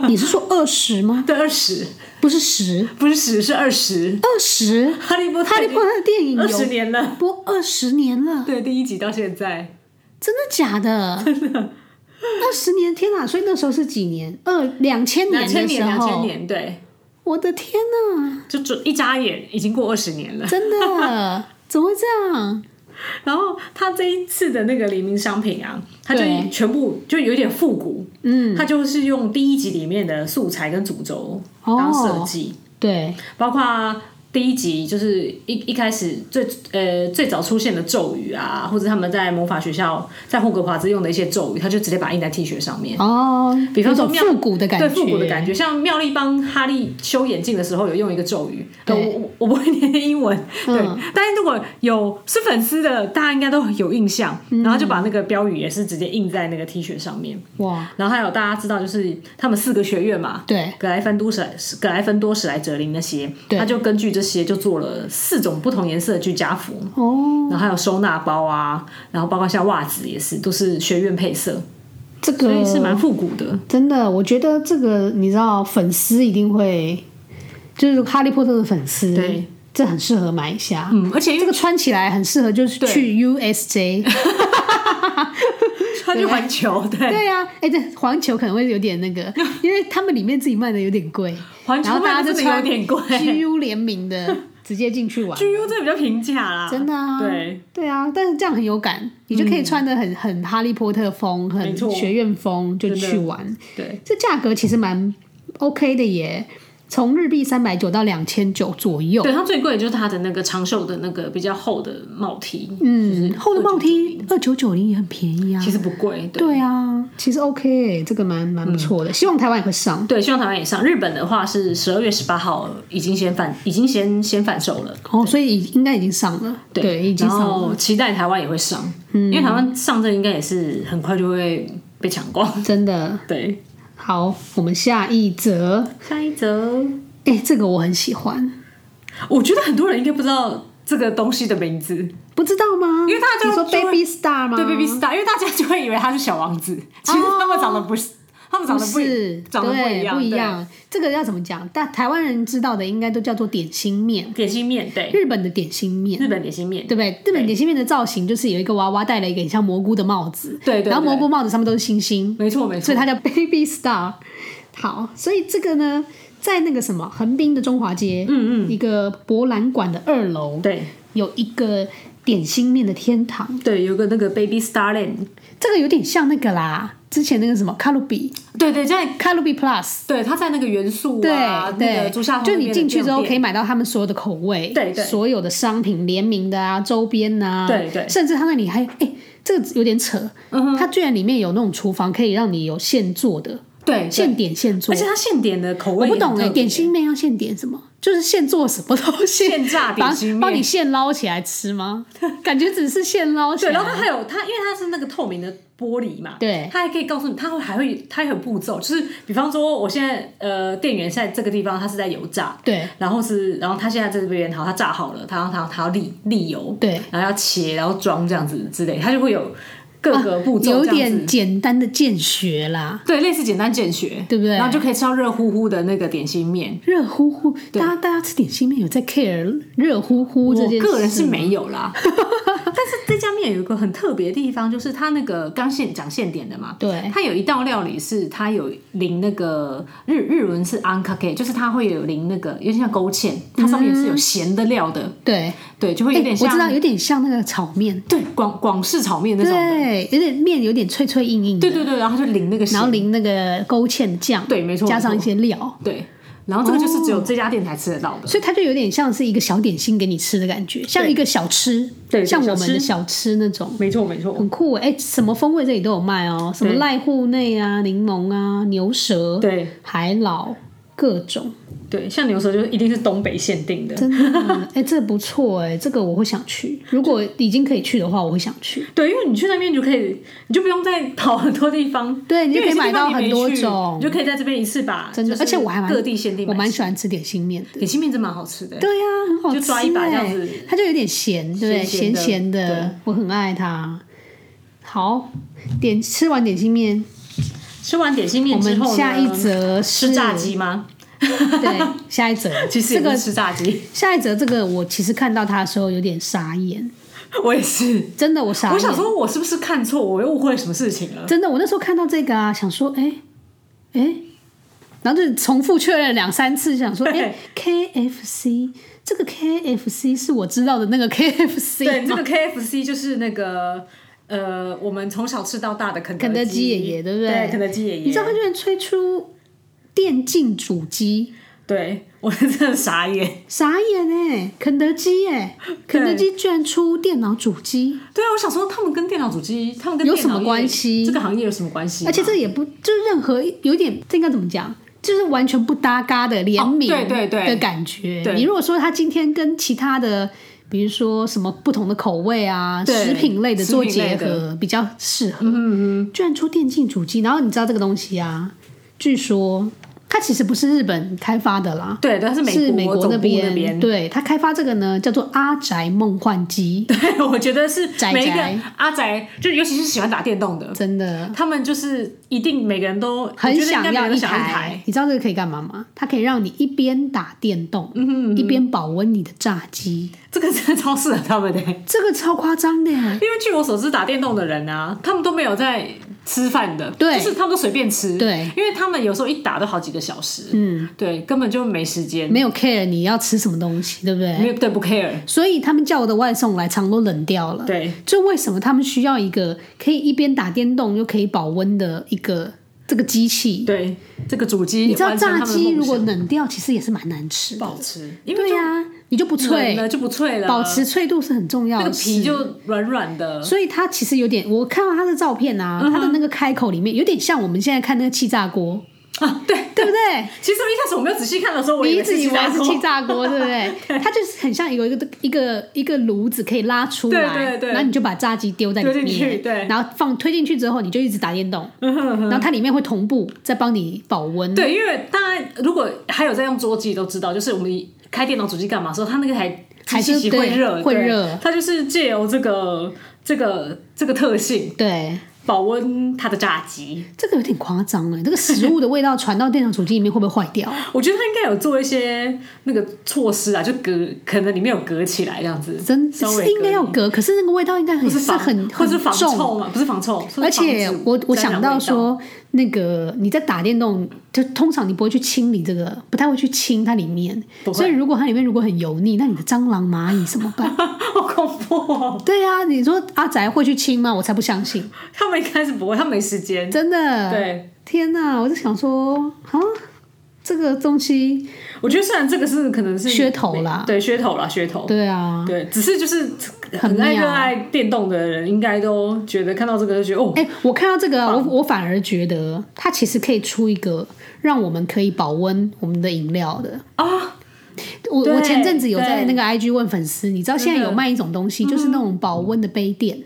Speaker 1: 你是说二十吗？
Speaker 2: 对，二十
Speaker 1: 不是十，
Speaker 2: 不是十是二十，
Speaker 1: 二
Speaker 2: <laughs>
Speaker 1: 十。
Speaker 2: 《哈利波特》
Speaker 1: 哈利波特的电影
Speaker 2: 二十
Speaker 1: 有
Speaker 2: 年了，
Speaker 1: 播二十年了，
Speaker 2: 对，第一集到现在
Speaker 1: 真的假的？真的。二十年，天哪！所以那时候是几年？二两千
Speaker 2: 两
Speaker 1: 年
Speaker 2: 千
Speaker 1: 的时
Speaker 2: 年，
Speaker 1: 候，
Speaker 2: 两千年，对。
Speaker 1: 我的天哪！
Speaker 2: 就准一眨眼已经过二十年了。
Speaker 1: 真
Speaker 2: <laughs>
Speaker 1: 的，怎么会这样？
Speaker 2: 然后他这一次的那个联名商品啊，他就
Speaker 1: 对
Speaker 2: 全部就有点复古，
Speaker 1: 嗯，
Speaker 2: 他就是用第一集里面的素材跟主轴
Speaker 1: 哦
Speaker 2: 当设计，
Speaker 1: 对，
Speaker 2: 包括。第一集就是一一开始最呃最早出现的咒语啊，或者他们在魔法学校在霍格华兹用的一些咒语，他就直接把它印在 T 恤上面。
Speaker 1: 哦，
Speaker 2: 比方
Speaker 1: 有
Speaker 2: 说
Speaker 1: 种
Speaker 2: 妙
Speaker 1: 复古的感觉，
Speaker 2: 对复古的感
Speaker 1: 觉，
Speaker 2: 觉，像妙丽帮哈利修眼镜的时候有用一个咒语，
Speaker 1: 对
Speaker 2: 呃我我 <laughs> 我不会念英文，
Speaker 1: 嗯
Speaker 2: 对，但是如果有是粉丝的，大家应该都有印象，
Speaker 1: 嗯
Speaker 2: 然后就把那个标语也是直接印在那个 T 恤上面，
Speaker 1: 哇，
Speaker 2: 然后还有大家知道就是他们四个学院嘛。
Speaker 1: 对，
Speaker 2: 格莱芬多史莱格莱芬多史莱哲林那些，
Speaker 1: 对
Speaker 2: 他就根据这些就做了四种不同颜色的居家服，
Speaker 1: 哦，
Speaker 2: 然后还有收纳包啊，然后包括像袜子也是，都是学院配色，
Speaker 1: 这
Speaker 2: 所
Speaker 1: 个
Speaker 2: 以是蛮复古的。
Speaker 1: 真的，我觉得这个你知道，粉丝一定会，就是哈利波特的粉丝，
Speaker 2: 对，
Speaker 1: 这很适合买一下。
Speaker 2: 嗯，而且因为
Speaker 1: 这个穿起来很适合，就是去 USJ，
Speaker 2: <laughs> 他去环球， <laughs> 对，
Speaker 1: 对呀、啊，哎、这环球可能会有点那
Speaker 2: <laughs>
Speaker 1: 个，因为他们里面自己卖的有点贵，
Speaker 2: 环球
Speaker 1: 然后大
Speaker 2: 卖
Speaker 1: 家
Speaker 2: 的
Speaker 1: 就
Speaker 2: 真的
Speaker 1: 穿
Speaker 2: 有点贵
Speaker 1: GU 联名的直接进
Speaker 2: <laughs>
Speaker 1: 去玩，
Speaker 2: ，GU 这比较平价啦，
Speaker 1: 真的啊，
Speaker 2: 对，
Speaker 1: 对啊，但是这样很有感，你就可以穿的很、很哈利波特风，
Speaker 2: 没
Speaker 1: 很
Speaker 2: 错
Speaker 1: 学院风就去玩，
Speaker 2: 对，
Speaker 1: 这价格其实蛮 OK 的耶，从日币三百九到两千九左右。
Speaker 2: 对，它最贵的就是它的那个长袖的那个比较厚的帽 T，
Speaker 1: 嗯，厚的帽 T 二九九零也很便宜啊
Speaker 2: 其。实不贵，对。嗯
Speaker 1: 对啊，其实 OK，耶这个蛮蛮不错的，希望台湾也会上。
Speaker 2: 对，希望台湾也上。日本的话是十二月十八号已经先反，已经先先反售了。
Speaker 1: 哦，所以已应该已经上了，对，已经
Speaker 2: 然
Speaker 1: 上了，嗯
Speaker 2: 后期待台湾也会上，因为台湾上这应该也是很快就会被抢光。
Speaker 1: 真的
Speaker 2: 对，
Speaker 1: 好。我们下一则，
Speaker 2: 下一则，
Speaker 1: 哎、这个我很喜欢，
Speaker 2: 我觉得很多人应该不知道这个东西的名字，
Speaker 1: 不知道吗？
Speaker 2: 因为大家就
Speaker 1: 你说
Speaker 2: 就会
Speaker 1: Baby Star 吗？
Speaker 2: 对 Baby Star，因为大家就会以为他是小王子，其实他们长得不是，他们长
Speaker 1: 不
Speaker 2: 得哦不
Speaker 1: 是，
Speaker 2: 长得不一
Speaker 1: 对，
Speaker 2: 样，
Speaker 1: 不一
Speaker 2: 对。
Speaker 1: 样。这个要怎么讲？但台湾人知道的应该都叫做点心面，
Speaker 2: 点心面，对，
Speaker 1: 日本的点心面，
Speaker 2: 日本点心面，
Speaker 1: 对不对？日本点心面的造型就是有一个娃娃戴了一个很像蘑菇的帽子，
Speaker 2: 对对
Speaker 1: 然后
Speaker 2: 对
Speaker 1: 蘑菇帽子上面都是星星，
Speaker 2: 没错没
Speaker 1: 所
Speaker 2: 错
Speaker 1: 以。它叫 Baby Star。好，所以这个呢，在那个什么横滨的中华街，嗯嗯，一个博览馆的二楼，
Speaker 2: 对
Speaker 1: 有一个点心面的天堂。
Speaker 2: 对，有个那个 Baby Star Land，
Speaker 1: 这个有点像那个啦，之前那个什么卡路比，
Speaker 2: 对对，在
Speaker 1: 卡路比 Plus。
Speaker 2: 对，它在那个元素
Speaker 1: 对
Speaker 2: 啊，那
Speaker 1: 对，
Speaker 2: 个朱夏红
Speaker 1: 就你进去之后可以
Speaker 2: 以
Speaker 1: 买到他们所有的口味，
Speaker 2: 对对
Speaker 1: 所有的商品联名的啊，周边呐、啊，
Speaker 2: 对嗯对
Speaker 1: 甚至他那里还，哎、这个有点扯，它居然里面有那种厨房可以让你有现做的，
Speaker 2: 对
Speaker 1: 现
Speaker 2: 现，
Speaker 1: 点现做
Speaker 2: 而，且它现点的口
Speaker 1: 我不
Speaker 2: 味也很
Speaker 1: 懂
Speaker 2: 特
Speaker 1: 哎、
Speaker 2: 别
Speaker 1: 点心面要现点什么？就是现做什么东西？
Speaker 2: 现炸点心面
Speaker 1: 帮帮你现捞起来吃吗？感觉只是现捞起
Speaker 2: 对，
Speaker 1: 来。
Speaker 2: 然后它还有它，因为它是那个透明的玻璃嘛，
Speaker 1: 对
Speaker 2: 它还可以告诉你，它会还会它有步骤，就是比方说我现在呃店员在这个地方它是在油炸，
Speaker 1: 对
Speaker 2: 然后是然后它现在这边好，它炸好了，它然后它它要沥沥油，
Speaker 1: 对，
Speaker 2: 然后要切，然后装这样子之类，它就会有各个步骤
Speaker 1: 啊 <laughs> 有
Speaker 2: 这样
Speaker 1: 点
Speaker 2: 子。
Speaker 1: 简单的见学啦，
Speaker 2: 对，类似简单简学，
Speaker 1: 对不对
Speaker 2: 然后就可以吃到热乎乎的那个点心面。
Speaker 1: 热乎乎。大家大家吃点心面有在 care 热乎乎这
Speaker 2: 我
Speaker 1: 件事？
Speaker 2: 个人是没有
Speaker 1: <laughs>
Speaker 2: 啦，但是这家面有一个很特别的地方，就是它那个刚现讲现点的嘛，
Speaker 1: 对
Speaker 2: 它有一道料理是它有淋那个日日文是 a n k a k e 就是它会有淋那个有点像勾芡，它上面也是有咸的料的，
Speaker 1: 对，
Speaker 2: 对，就会有
Speaker 1: 哎
Speaker 2: 点
Speaker 1: 嗯我
Speaker 2: 像、
Speaker 1: 知道，有点像那个炒面，
Speaker 2: 对广广式炒面那种的，
Speaker 1: 对，有点面有点脆脆硬硬的，
Speaker 2: 对对对，然后就淋那个
Speaker 1: 然后
Speaker 2: 咸，
Speaker 1: 淋那个勾芡酱，
Speaker 2: 对没错
Speaker 1: 加上一
Speaker 2: 没错
Speaker 1: 些料，
Speaker 2: 对，然后这个就是只
Speaker 1: 哦
Speaker 2: 有这家店才吃得到的，
Speaker 1: 所以它就有点像是一个小点心给你吃的感觉，像一个小吃，
Speaker 2: 对对
Speaker 1: 像我
Speaker 2: 小
Speaker 1: 们
Speaker 2: 吃
Speaker 1: 的小吃那种。
Speaker 2: 没错没错，
Speaker 1: 很酷哎、什么风味这里都有卖哦，什么
Speaker 2: 对
Speaker 1: 濑户内啊、柠檬啊、牛舌、
Speaker 2: 对
Speaker 1: 海老各种，
Speaker 2: 对，像牛舌就是一定是东北限定的，
Speaker 1: 真的哎、诶这不错哎、这个我会想去。如果已经可以去的话，我会想去。
Speaker 2: 对，因为你去那边你就可以，你就不用再跑很多地方，
Speaker 1: 对你就
Speaker 2: 因为
Speaker 1: 可以
Speaker 2: 有些
Speaker 1: 买
Speaker 2: 地方
Speaker 1: 到
Speaker 2: 你
Speaker 1: 很
Speaker 2: 没
Speaker 1: 多
Speaker 2: 去
Speaker 1: 种
Speaker 2: 你就可以在这边一次把，
Speaker 1: 真的，
Speaker 2: 就是
Speaker 1: 而且我还蛮
Speaker 2: 各地限定买
Speaker 1: 我
Speaker 2: 起来，
Speaker 1: 蛮喜欢吃点心面的。
Speaker 2: 点心面真蛮好吃的，
Speaker 1: 对呀、很好吃、
Speaker 2: 就抓一把这样子
Speaker 1: 哎它就有点咸，对不对？
Speaker 2: 咸咸
Speaker 1: 咸
Speaker 2: 的
Speaker 1: 咸
Speaker 2: 对
Speaker 1: 的，我很爱它。好，点吃完点心面，
Speaker 2: 吃完点心
Speaker 1: 我
Speaker 2: 面之
Speaker 1: 们
Speaker 2: 后呢，
Speaker 1: 下一则
Speaker 2: 吃
Speaker 1: 是
Speaker 2: 炸，鸡吗？
Speaker 1: 对，下一则
Speaker 2: <laughs> 其实也
Speaker 1: 这
Speaker 2: 不
Speaker 1: 个
Speaker 2: 是吃炸鸡， <laughs>
Speaker 1: 下一则这个，我其实看到它的时候有点傻眼，
Speaker 2: 我也是，
Speaker 1: 真的我傻眼。
Speaker 2: 我想说我是不是看错，我又误会什么事情了？
Speaker 1: 真的，我那时候看到这个啊，想说，哎、哎、然后就重复确认两三次，想说，
Speaker 2: 对
Speaker 1: 哎、k f c 这个 KFC 是我知道的那个 KFC
Speaker 2: 对，这
Speaker 1: 吗
Speaker 2: 个 KFC 就是那个呃，我们从小吃到大的肯
Speaker 1: 肯德基
Speaker 2: 基
Speaker 1: 爷爷，对不对？
Speaker 2: 对，肯德基爷爷，
Speaker 1: 你知道他居然推出电竞主机，
Speaker 2: 对我真的傻眼。
Speaker 1: 傻眼哎、肯德基哎、肯德基居然出电脑主机，
Speaker 2: 对啊，我想说他们跟电脑主机，他们跟
Speaker 1: 有
Speaker 2: 电脑
Speaker 1: 什么
Speaker 2: 业
Speaker 1: 关系
Speaker 2: 这个行业有什么关系吗？
Speaker 1: 而且这也不就任何有点这应该怎么讲？就是完全不搭嘎的联名、
Speaker 2: 哦对对对
Speaker 1: 的感觉。
Speaker 2: 对
Speaker 1: 你如果说他今天跟其他的，比如说什么不同的口味啊、
Speaker 2: 对
Speaker 1: 食品类的做
Speaker 2: 食品类
Speaker 1: 结
Speaker 2: 的
Speaker 1: 合，比较适合。嗯嗯，居然出电竞主机，然后你知道这个东西啊？据说它它其实不是日本开发的啦，
Speaker 2: 对，但是美
Speaker 1: 是美
Speaker 2: 国
Speaker 1: 国
Speaker 2: 总部
Speaker 1: 那
Speaker 2: 那边， <laughs>
Speaker 1: 对，它开发这个呢叫做《阿宅梦幻机》，
Speaker 2: 对，我觉得是
Speaker 1: 宅
Speaker 2: 每一个
Speaker 1: 宅
Speaker 2: 阿宅，就尤其是喜欢打电动的，
Speaker 1: 真的
Speaker 2: 他们就是一定每个人都
Speaker 1: 很
Speaker 2: 我觉得
Speaker 1: 想
Speaker 2: 应该每个
Speaker 1: 要
Speaker 2: 人都
Speaker 1: 一
Speaker 2: 想要一
Speaker 1: 台。，你知道这个可以干嘛吗？它可以让你一边打电动，一边保温你的炸鸡，
Speaker 2: 这个真的超适合他们的、
Speaker 1: 这个超夸张的耶。
Speaker 2: 因为据我所知，打电动的人啊，他们都没有在吃饭的，
Speaker 1: 对
Speaker 2: 就是他们都随便吃，
Speaker 1: 对，
Speaker 2: 因为他们有时候一打都好几个小时，嗯，对，根本就没时间，
Speaker 1: 没有 care 你要吃什么东西，对不对？
Speaker 2: 没有对不 care，
Speaker 1: 所以他们叫我的外送来，常都冷掉了。
Speaker 2: 对，
Speaker 1: 就为什么他们需要一个可以一边打电动又可以保温的一个这个机器？
Speaker 2: 对，这个主机
Speaker 1: 你知道
Speaker 2: 完成
Speaker 1: 炸
Speaker 2: 他们的
Speaker 1: 鸡
Speaker 2: 梦
Speaker 1: 如果
Speaker 2: 想
Speaker 1: 冷掉，其实也是蛮难吃
Speaker 2: 不
Speaker 1: 的。
Speaker 2: 好吃，因为
Speaker 1: 对呀、你就不
Speaker 2: 冷
Speaker 1: 脆，
Speaker 2: 了就不脆了，
Speaker 1: 保持脆度是很重要
Speaker 2: 那
Speaker 1: 的
Speaker 2: 个
Speaker 1: 事。
Speaker 2: 皮就软软的， <laughs>
Speaker 1: 所以它其实有点，我看到它的照片啊，
Speaker 2: 嗯
Speaker 1: 它的那个开口里面有点像我们现在看那个气炸
Speaker 2: <laughs>
Speaker 1: 锅，
Speaker 2: 啊，对
Speaker 1: 对不对？
Speaker 2: 其实我一开始我没有仔细看的时候，我
Speaker 1: 你一
Speaker 2: 为
Speaker 1: 直以为
Speaker 2: 炸
Speaker 1: 是
Speaker 2: 锅 <laughs>
Speaker 1: 气炸锅，对不对？它就是很像有一个一个一个炉子可以拉出来，
Speaker 2: 对对对
Speaker 1: 然后你就把炸鸡丢在里
Speaker 2: 丢进去
Speaker 1: 面，
Speaker 2: 对嗯
Speaker 1: 然后放推进去之后，你就一直打电动，然后它里面会同步在帮你保温，
Speaker 2: 对，因为大家如果还有在用桌机都知道，就是我们开电脑主机干嘛的时候，它那个台
Speaker 1: 还是
Speaker 2: 机器会
Speaker 1: 对
Speaker 2: 热，
Speaker 1: 会
Speaker 2: 对
Speaker 1: 热
Speaker 2: 它就是借由这个这个这个特性
Speaker 1: 对
Speaker 2: 保温它的炸鸡。
Speaker 1: 这个有点夸张哎，这个食物的味道传到电脑主机里面会不会坏
Speaker 2: <laughs>
Speaker 1: 掉？
Speaker 2: 我觉得它应该有做一些那个措施啊，就隔可能里面有隔起来这样子，
Speaker 1: 真
Speaker 2: 稍
Speaker 1: 是
Speaker 2: 微
Speaker 1: 应该要
Speaker 2: 隔
Speaker 1: 隔，可是那个味道应该很
Speaker 2: 一点，不是防
Speaker 1: 很
Speaker 2: 或是
Speaker 1: 很
Speaker 2: 防
Speaker 1: 重。
Speaker 2: 臭嘛，不是防臭，是
Speaker 1: 而且
Speaker 2: 防止
Speaker 1: 我我
Speaker 2: 沾染
Speaker 1: 想到
Speaker 2: 味道
Speaker 1: 说，那个你在打电动，就通常你不会去清理这个，不太会去清它里面。
Speaker 2: 不会
Speaker 1: 所以如果它里面如果很油腻，那你的蟑螂、蚂蚁怎么
Speaker 2: <laughs>
Speaker 1: 办？
Speaker 2: 好恐怖哦，
Speaker 1: 对啊，你说阿宅会去清吗？我才不相信，
Speaker 2: 他们一开始不会，他们没时间，
Speaker 1: 真的。，
Speaker 2: 对。
Speaker 1: 天哪，我就想说啊，这个东西，
Speaker 2: 我觉得虽然这个是可能是
Speaker 1: 噱头啦
Speaker 2: 对噱头啦，噱头。
Speaker 1: 对啊，
Speaker 2: 对，只是就是
Speaker 1: 很
Speaker 2: 很爱
Speaker 1: 妙
Speaker 2: 热爱电动的人，应该都觉得看到这个就觉得哦，
Speaker 1: 哎、我看到这个啊，我我反而觉得它其实可以出一个让我们可以保温我们的饮料的啊。我
Speaker 2: 对
Speaker 1: 我前阵子有在那
Speaker 2: 对嗯
Speaker 1: 个 IG 问粉丝，你知道现在有卖一种东西，就是那种保温的杯垫，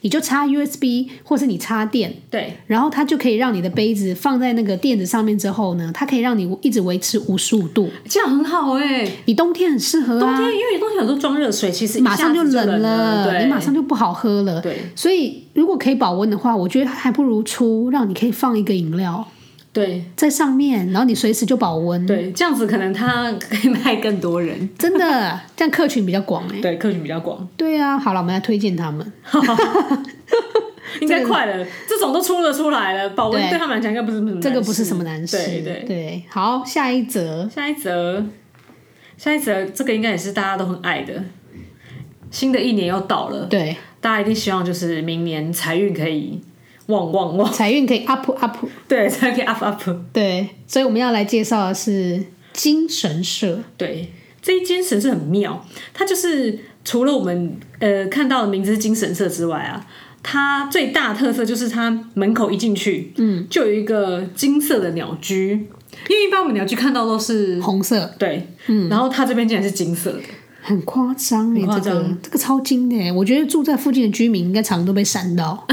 Speaker 1: 你就插 USB 或是你插电，
Speaker 2: 对，
Speaker 1: 然后它就可以让你的杯子放在那个垫子上面之后呢，它可以让你一直维持五十五度。
Speaker 2: 这样很好哎、
Speaker 1: 你冬天很适合
Speaker 2: 冬
Speaker 1: 啊，
Speaker 2: 天因为冬天有时候装热水，其实一
Speaker 1: 马上
Speaker 2: 下子就
Speaker 1: 冷
Speaker 2: 了，对，
Speaker 1: 你马上就不好喝了。
Speaker 2: 对，
Speaker 1: 所以如果可以保温的话，我觉得还不如出让你可以放一个饮料。
Speaker 2: 对
Speaker 1: 在上面，然后你随时就保温，
Speaker 2: 对，这样子可能他可以卖更
Speaker 1: <laughs>
Speaker 2: 多人，
Speaker 1: 真
Speaker 2: <laughs>
Speaker 1: 的，这样客群比较广哎、
Speaker 2: 对，客群比较广，
Speaker 1: 对啊，好了，我们来推荐他们。
Speaker 2: 应该快了，这种都出了出来了，保温
Speaker 1: 对
Speaker 2: 对他们来讲应该不是什么难
Speaker 1: 这个不是
Speaker 2: 事
Speaker 1: 什么难事，
Speaker 2: 对对。
Speaker 1: 好，下一则
Speaker 2: 下一则，下一则，这个应该也是大家都很爱的。新的一年要到了，
Speaker 1: 对
Speaker 2: 大家一定希望就是明年财运可以旺旺 <laughs> 旺，
Speaker 1: 财运可以 up up，
Speaker 2: 对，财运可以 up up。
Speaker 1: 对，所以我们要来介绍的是精神社，
Speaker 2: 对，这一间神社很妙，它就是除了我们呃看到的明知金神社之外啊，它最大特色就是它门口一进去，嗯，就有一个金色的鸟居，因为一般我们鸟居看到都是
Speaker 1: 红色，
Speaker 2: 对，嗯，然后它这边竟然是金色的，
Speaker 1: 很夸张哎，
Speaker 2: 很夸
Speaker 1: 这
Speaker 2: 张
Speaker 1: 个这个超惊的哎，我觉得住在附近的居民应该常都被闪
Speaker 2: <laughs>
Speaker 1: 到，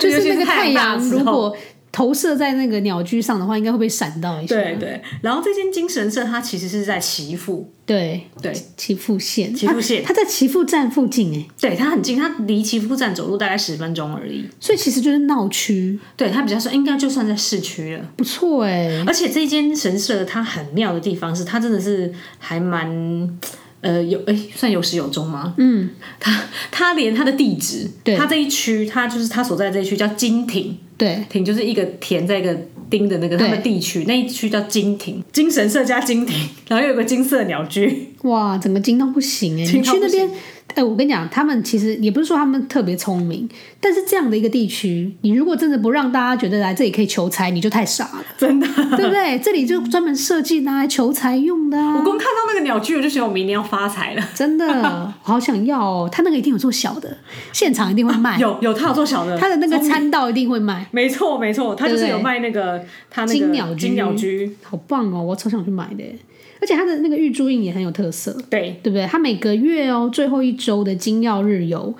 Speaker 1: 就
Speaker 2: 尤其
Speaker 1: 是
Speaker 2: 是
Speaker 1: 那个太
Speaker 2: 太阳大
Speaker 1: 阳
Speaker 2: 的时候
Speaker 1: 如果投射在那个鸟居上的话，应该会被闪到一下，
Speaker 2: 对对，然后这间精神社它其实是在岐阜，
Speaker 1: 对
Speaker 2: 对
Speaker 1: 岐阜县，
Speaker 2: 岐阜县
Speaker 1: 它它在岐阜站附近哎。
Speaker 2: 对，它很近，它离岐阜站走路大概十分钟而已。
Speaker 1: 所以其实就是闹区，
Speaker 2: 对，它比较算应该就算在市区了。
Speaker 1: 不错哎、
Speaker 2: 而且这间神社它很妙的地方是，它真的是还蛮。呃，有哎，算有始有终吗？嗯，它它连它的地址，
Speaker 1: 对
Speaker 2: 它这一区，它就是它所在这一区叫金町，
Speaker 1: 对，
Speaker 2: 町就是一个田在一个丁的那个，它
Speaker 1: 对
Speaker 2: 们地区那一区叫金町，金神社加金町，然后又有个金色鸟居，
Speaker 1: 哇，整个惊到不行哎、你
Speaker 2: 惊到
Speaker 1: 去
Speaker 2: 不
Speaker 1: 那边，哎、我跟你讲，他们其实也不是说他们特别聪明，但是这样的一个地区，你如果真的不让大家觉得来这里可以求财，你就太傻了，<laughs>
Speaker 2: 真的， <laughs>
Speaker 1: 对不对？这里就专门设计拿来求财用的、
Speaker 2: 我
Speaker 1: 啊，
Speaker 2: 光看到那个鸟居，我就觉得我明年要发财了。
Speaker 1: 真的，我好想要哦。他那个一定有做小的，现场一定会卖，
Speaker 2: 有有，他有做小的，
Speaker 1: 他的那个餐道一定会卖，
Speaker 2: 没错没错，他就是有卖那个他那个
Speaker 1: 金鸟居
Speaker 2: 金鸟居，
Speaker 1: 好棒哦，我超想去买的耶。而且他的那个玉珠印也很有特色，
Speaker 2: 对
Speaker 1: 对不对？它每个月哦，最后一周的金曜日有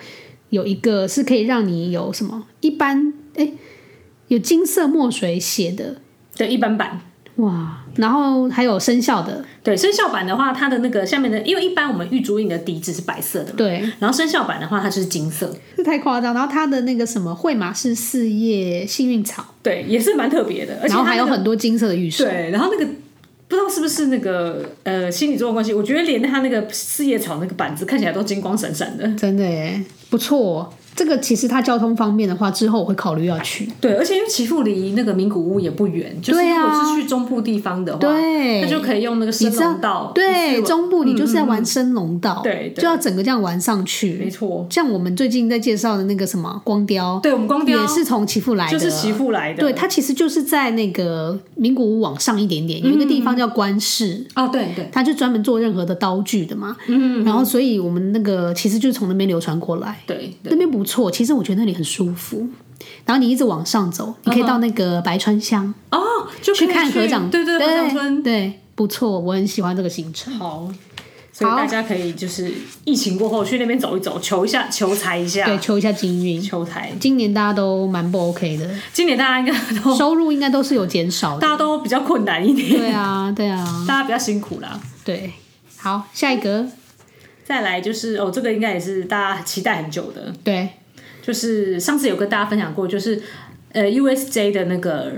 Speaker 1: 有一个是可以让你有什么一般哎有金色墨水写的
Speaker 2: 对一般版，
Speaker 1: 哇，然后还有生肖的，
Speaker 2: 对，生肖版的话，它的那个下面的，因为一般我们玉竹印的底子是白色的嘛，
Speaker 1: 对，
Speaker 2: 然后生肖版的话，它就是金色，
Speaker 1: 这太夸张。然后它的那个什么惠马是四叶幸运草，
Speaker 2: 对，也是蛮特别的，而且
Speaker 1: 然后
Speaker 2: 它
Speaker 1: 还有
Speaker 2: 那个
Speaker 1: 很多金色的玉石，
Speaker 2: 对，然后那个。不知道是不是那个呃心理作用关系，我觉得连它那个四叶草那个板子看起来都金光闪闪的。
Speaker 1: 真的耶，不错、哦这个其实它交通方便的话，之后我会考虑要去。
Speaker 2: 对，而且因为岐阜离那个名古屋也不远，就是
Speaker 1: 对
Speaker 2: 如
Speaker 1: 啊
Speaker 2: 果是去中部地方的话，
Speaker 1: 对
Speaker 2: 那就可以用那个
Speaker 1: 你
Speaker 2: 神
Speaker 1: 知道
Speaker 2: 农道，嗯
Speaker 1: 对，
Speaker 2: 一次嗯
Speaker 1: 中部你就是在玩升龙道，
Speaker 2: 对对
Speaker 1: 就要整个这样玩上
Speaker 2: 没
Speaker 1: 去。
Speaker 2: 错，
Speaker 1: 像我们最近在介绍的那个什么光雕，
Speaker 2: 对我们光雕
Speaker 1: 也是从岐阜来的，
Speaker 2: 就是媳妇来的，
Speaker 1: 对，它其实就是在那个名古屋往上一点点，有一个地方叫官市，
Speaker 2: 哦，对嗯对，
Speaker 1: 它就专门做任何的刀具的嘛。
Speaker 2: 嗯，
Speaker 1: 然后，所以我们那个其实就是从那边流传过来，
Speaker 2: 对对，
Speaker 1: 那边不错。其实我觉得那里很舒服。然后你一直往上走，你可以到那个白川乡
Speaker 2: 哦，嗯就可以
Speaker 1: 去看合掌，
Speaker 2: 对对，合掌村，
Speaker 1: 对，不错，我很喜欢这个行程。
Speaker 2: 好。所以大家可以就是疫情过后去那边走一走，求一下求财一
Speaker 1: 对，
Speaker 2: 下，
Speaker 1: 求一下金运。
Speaker 2: 求财。
Speaker 1: 今年大家都蛮不 OK 的，
Speaker 2: 今年大家应该都
Speaker 1: 收入应该都是有减少的。
Speaker 2: 大家都比较困难一点，
Speaker 1: 对啊，对啊，
Speaker 2: 大家比较辛苦啦。
Speaker 1: 对。好，下一个，
Speaker 2: 再来就是哦，这个应该也是大家期待很久的，
Speaker 1: 对，
Speaker 2: 就是上次有跟大家分享过，就是呃 USJ 的那个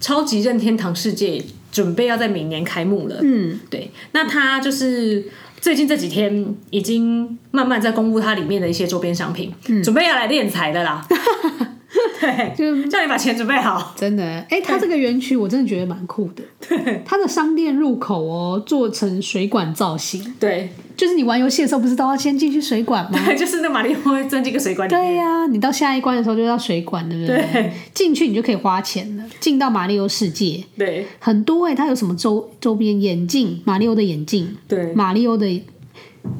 Speaker 2: 超级任天堂世界准备要在明年开幕了。嗯，对，那它就是最近这几天已经慢慢在公布它里面的一些周边商品，
Speaker 1: 嗯
Speaker 2: 准备要来敛财
Speaker 1: <laughs>
Speaker 2: 的啦。对，
Speaker 1: 就
Speaker 2: 叫你把钱准备好。
Speaker 1: 真的，哎、它这个园区我真的觉得蛮酷的。对，它的商店入口哦，做成水管造型，
Speaker 2: 对，
Speaker 1: 就是你玩游戏的时候不是都要先进去水管吗？
Speaker 2: 对， <laughs> 就是那马里奥会钻进个水管里面。
Speaker 1: 对呀、你到下一关的时候就到水管，对不对？
Speaker 2: 对
Speaker 1: 进去你就可以花钱了，进到马里奥世界。
Speaker 2: 对
Speaker 1: 很多哎、它有什么周周边眼镜，马里奥的眼镜，
Speaker 2: 对，
Speaker 1: 马里奥的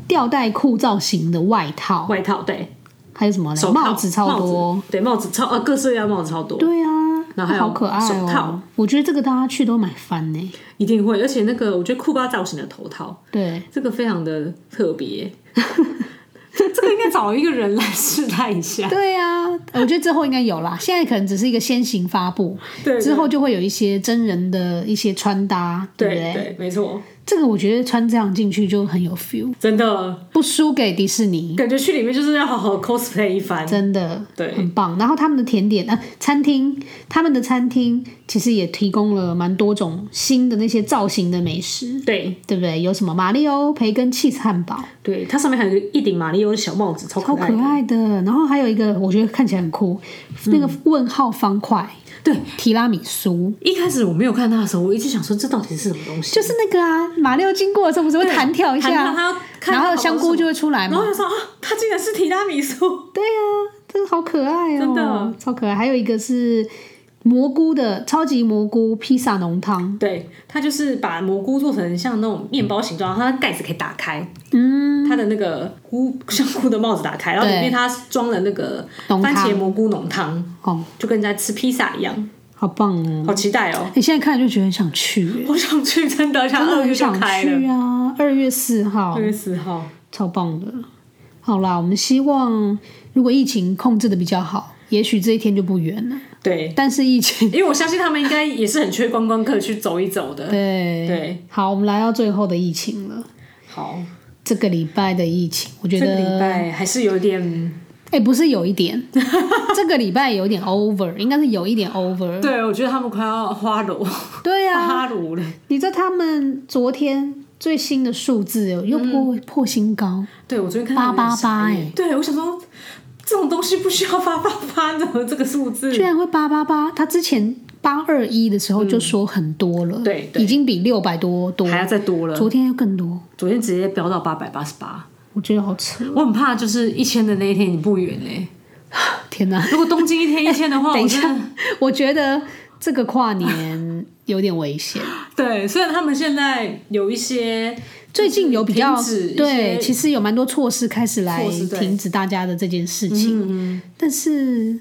Speaker 1: 吊带裤造型的外套，
Speaker 2: 外套对，
Speaker 1: 还有什么嘞
Speaker 2: 手套
Speaker 1: 帽子超多，
Speaker 2: 帽子对帽子超呃各式各样的帽子超多。
Speaker 1: 对啊，
Speaker 2: 然后还有
Speaker 1: 好可爱
Speaker 2: 手
Speaker 1: 哦、
Speaker 2: 套
Speaker 1: 我觉得这个大家去都买翻呢、
Speaker 2: 一定会，而且那个我觉得库巴造型的头套，
Speaker 1: 对，
Speaker 2: 这个非常的特别，这个应该找一个人来试戴一 <laughs> 下。
Speaker 1: 对呀、我觉得之后应该有
Speaker 2: <laughs>
Speaker 1: 啦。现在可能只是一个先行发布，
Speaker 2: 对
Speaker 1: 之后就会有一些真人的一些穿搭，对不
Speaker 2: 对
Speaker 1: 对？
Speaker 2: 对，没错，
Speaker 1: 这个我觉得穿这样进去就很有 feel，
Speaker 2: 真的
Speaker 1: 不输给迪士尼，
Speaker 2: 感觉去里面就是要好好 cosplay 一番。
Speaker 1: 真的
Speaker 2: 对
Speaker 1: 很棒。然后他们的甜点啊，餐厅，他们的餐厅其实也提供了蛮多种新的那些造型的美食。
Speaker 2: 对
Speaker 1: 对不对？有什么马里欧培根 cheese 汉堡，
Speaker 2: 对，它上面还有一顶马里奥的小帽子，超可
Speaker 1: 好
Speaker 2: 爱
Speaker 1: 可
Speaker 2: 的。
Speaker 1: 爱的。然后还有一个，我觉得看起来很酷，那个问号方块
Speaker 2: 对，
Speaker 1: 提拉米苏，
Speaker 2: 一开始我没有看它的时候，我一直想说这到底是什么东西，
Speaker 1: 就是那个啊，马六经过的时候不是会弹跳一
Speaker 2: 弹跳
Speaker 1: 下，
Speaker 2: 它要看
Speaker 1: 然
Speaker 2: 它
Speaker 1: 后
Speaker 2: 好
Speaker 1: 香
Speaker 2: 好
Speaker 1: 菇
Speaker 2: 吃
Speaker 1: 就会出来
Speaker 2: 然后
Speaker 1: 嘛
Speaker 2: 他？说啊，它竟然是提拉米苏，
Speaker 1: 对呀、啊，真的好可爱哦、
Speaker 2: 真的
Speaker 1: 超可爱。还有一个是蘑菇的超级蘑菇披萨浓汤，
Speaker 2: 对，它就是把蘑菇做成像那种面包形状，然后它的盖子可以打开，
Speaker 1: 嗯，
Speaker 2: 它的那个菇香菇的帽子打开，然后里
Speaker 1: 对
Speaker 2: 面它装了那个
Speaker 1: 嗯浓
Speaker 2: 番茄
Speaker 1: 汤
Speaker 2: 蘑菇浓汤，
Speaker 1: 哦，
Speaker 2: 就跟人家吃披萨一样，
Speaker 1: 好棒哦、
Speaker 2: 好期待哦！
Speaker 1: 你、现在看就觉得很想去耶、
Speaker 2: 我想去，真的，想
Speaker 1: 真的
Speaker 2: 二月
Speaker 1: 很
Speaker 2: 就
Speaker 1: 想
Speaker 2: 开了嗯
Speaker 1: 去，啊！二月四号
Speaker 2: 二，月四号，
Speaker 1: 超棒的。好啦，我们希望如果疫情控制的比较好，也许这一天就不远了。
Speaker 2: 对，
Speaker 1: 但是疫
Speaker 2: <laughs>
Speaker 1: 情，
Speaker 2: 因为我相信他们应该也是很缺观光客去走一走的，
Speaker 1: 对
Speaker 2: 对，
Speaker 1: 好，我们来到最后的疫情了。
Speaker 2: 好，
Speaker 1: 这个礼拜的疫情，我觉
Speaker 2: 这个礼
Speaker 1: 得，
Speaker 2: 拜还是有点，
Speaker 1: 哎、不是有一
Speaker 2: <laughs>
Speaker 1: 点，这个礼拜有点 over，应该是有一点 over。
Speaker 2: 对我觉得他们快要花炉，
Speaker 1: 对啊，
Speaker 2: 花炉了，
Speaker 1: 你知道他们昨天最新的数字有又破、破新高，
Speaker 2: 对我昨天看到有点
Speaker 1: 八八八
Speaker 2: 傻眼
Speaker 1: 哎
Speaker 2: 对我想说这种东西不需要八八八的 <laughs> 这个数字，
Speaker 1: 居然会八八八。他之前八二一的时候就说很多了，
Speaker 2: 对对
Speaker 1: 已经比六百多多，
Speaker 2: 还要再多了，
Speaker 1: 昨天又更多，
Speaker 2: 昨天直接飙到八百八十八，
Speaker 1: 我觉得好扯。 <laughs>
Speaker 2: 我很怕就是一千的那一天你不远哎、
Speaker 1: 天哪！
Speaker 2: 如果东京一天一千的
Speaker 1: <laughs>
Speaker 2: 话，
Speaker 1: 等
Speaker 2: 我
Speaker 1: 一
Speaker 2: 真
Speaker 1: 下
Speaker 2: 的，
Speaker 1: 我觉得这个跨年有点危险。
Speaker 2: 对，虽然他们现在有一些
Speaker 1: 最近有比较
Speaker 2: 停止一些
Speaker 1: 对，其实有蛮多措施开始来
Speaker 2: 措施对嗯
Speaker 1: 停止大家的这件事情，但是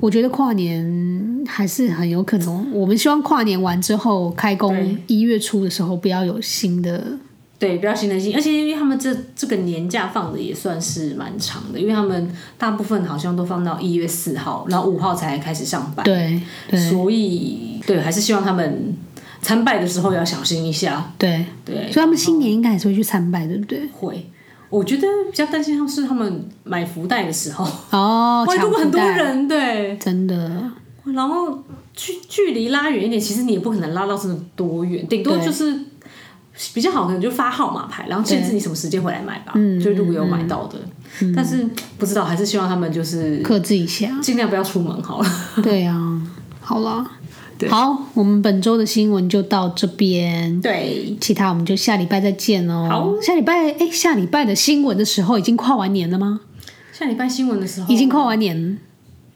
Speaker 1: 我觉得跨年还是很有可能。我们希望跨年完之后开工
Speaker 2: 对，
Speaker 1: 一月初的时候不要有新的
Speaker 2: 对，不要心疼心，而且因为他们这这个年假放的也算是蛮长的，因为他们大部分好像都放到一月四号，然后五号才开始上班，
Speaker 1: 对对
Speaker 2: 所以对，还是希望他们参拜的时候要小心一下。
Speaker 1: 对，
Speaker 2: 对，
Speaker 1: 所以他们新年应该还是会去参拜，对不对？
Speaker 2: 会，我觉得比较担心他们是他们买福袋的时候，
Speaker 1: 哦，
Speaker 2: 哇，
Speaker 1: 抢
Speaker 2: 如果
Speaker 1: 福
Speaker 2: 很多
Speaker 1: 袋
Speaker 2: 人对，
Speaker 1: 真的
Speaker 2: 然后距距离拉远一点，其实你也不可能拉到真的多远，顶多
Speaker 1: 对
Speaker 2: 就是比较好，可能就发号码牌，然后限制你什么时间回来买吧。
Speaker 1: 嗯
Speaker 2: 就如果有买到的，但是不知道，还是希望他们就是
Speaker 1: 克制一
Speaker 2: <laughs>
Speaker 1: 下。
Speaker 2: 尽量不要出门好了。
Speaker 1: 对啊，好啦，好，我们本周的新闻就到这边。
Speaker 2: 对，
Speaker 1: 其他我们就下礼拜再见哦。
Speaker 2: 好，
Speaker 1: 下礼拜哎，下礼拜的新闻的时候已经跨完年了吗？
Speaker 2: 下礼拜新闻的时候
Speaker 1: 已经跨完年，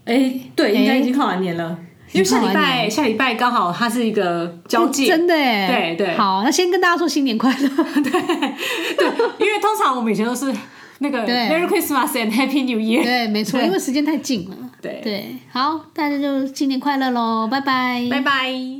Speaker 2: 哎，对，应该已经跨完年了，因为下礼
Speaker 1: 已经跨完
Speaker 2: 拜下礼拜刚好它是一个交界， <laughs>
Speaker 1: 真的哎。
Speaker 2: 对对
Speaker 1: 好，那先跟大家说新年快乐。
Speaker 2: <laughs> 对，因为通常我们以前都是那个
Speaker 1: 对
Speaker 2: Merry Christmas and Happy New Year，
Speaker 1: 对，没错，
Speaker 2: 对
Speaker 1: 因为时间太近了。
Speaker 2: 对，
Speaker 1: 对，好，大家就新年快乐喽，拜拜，
Speaker 2: 拜拜。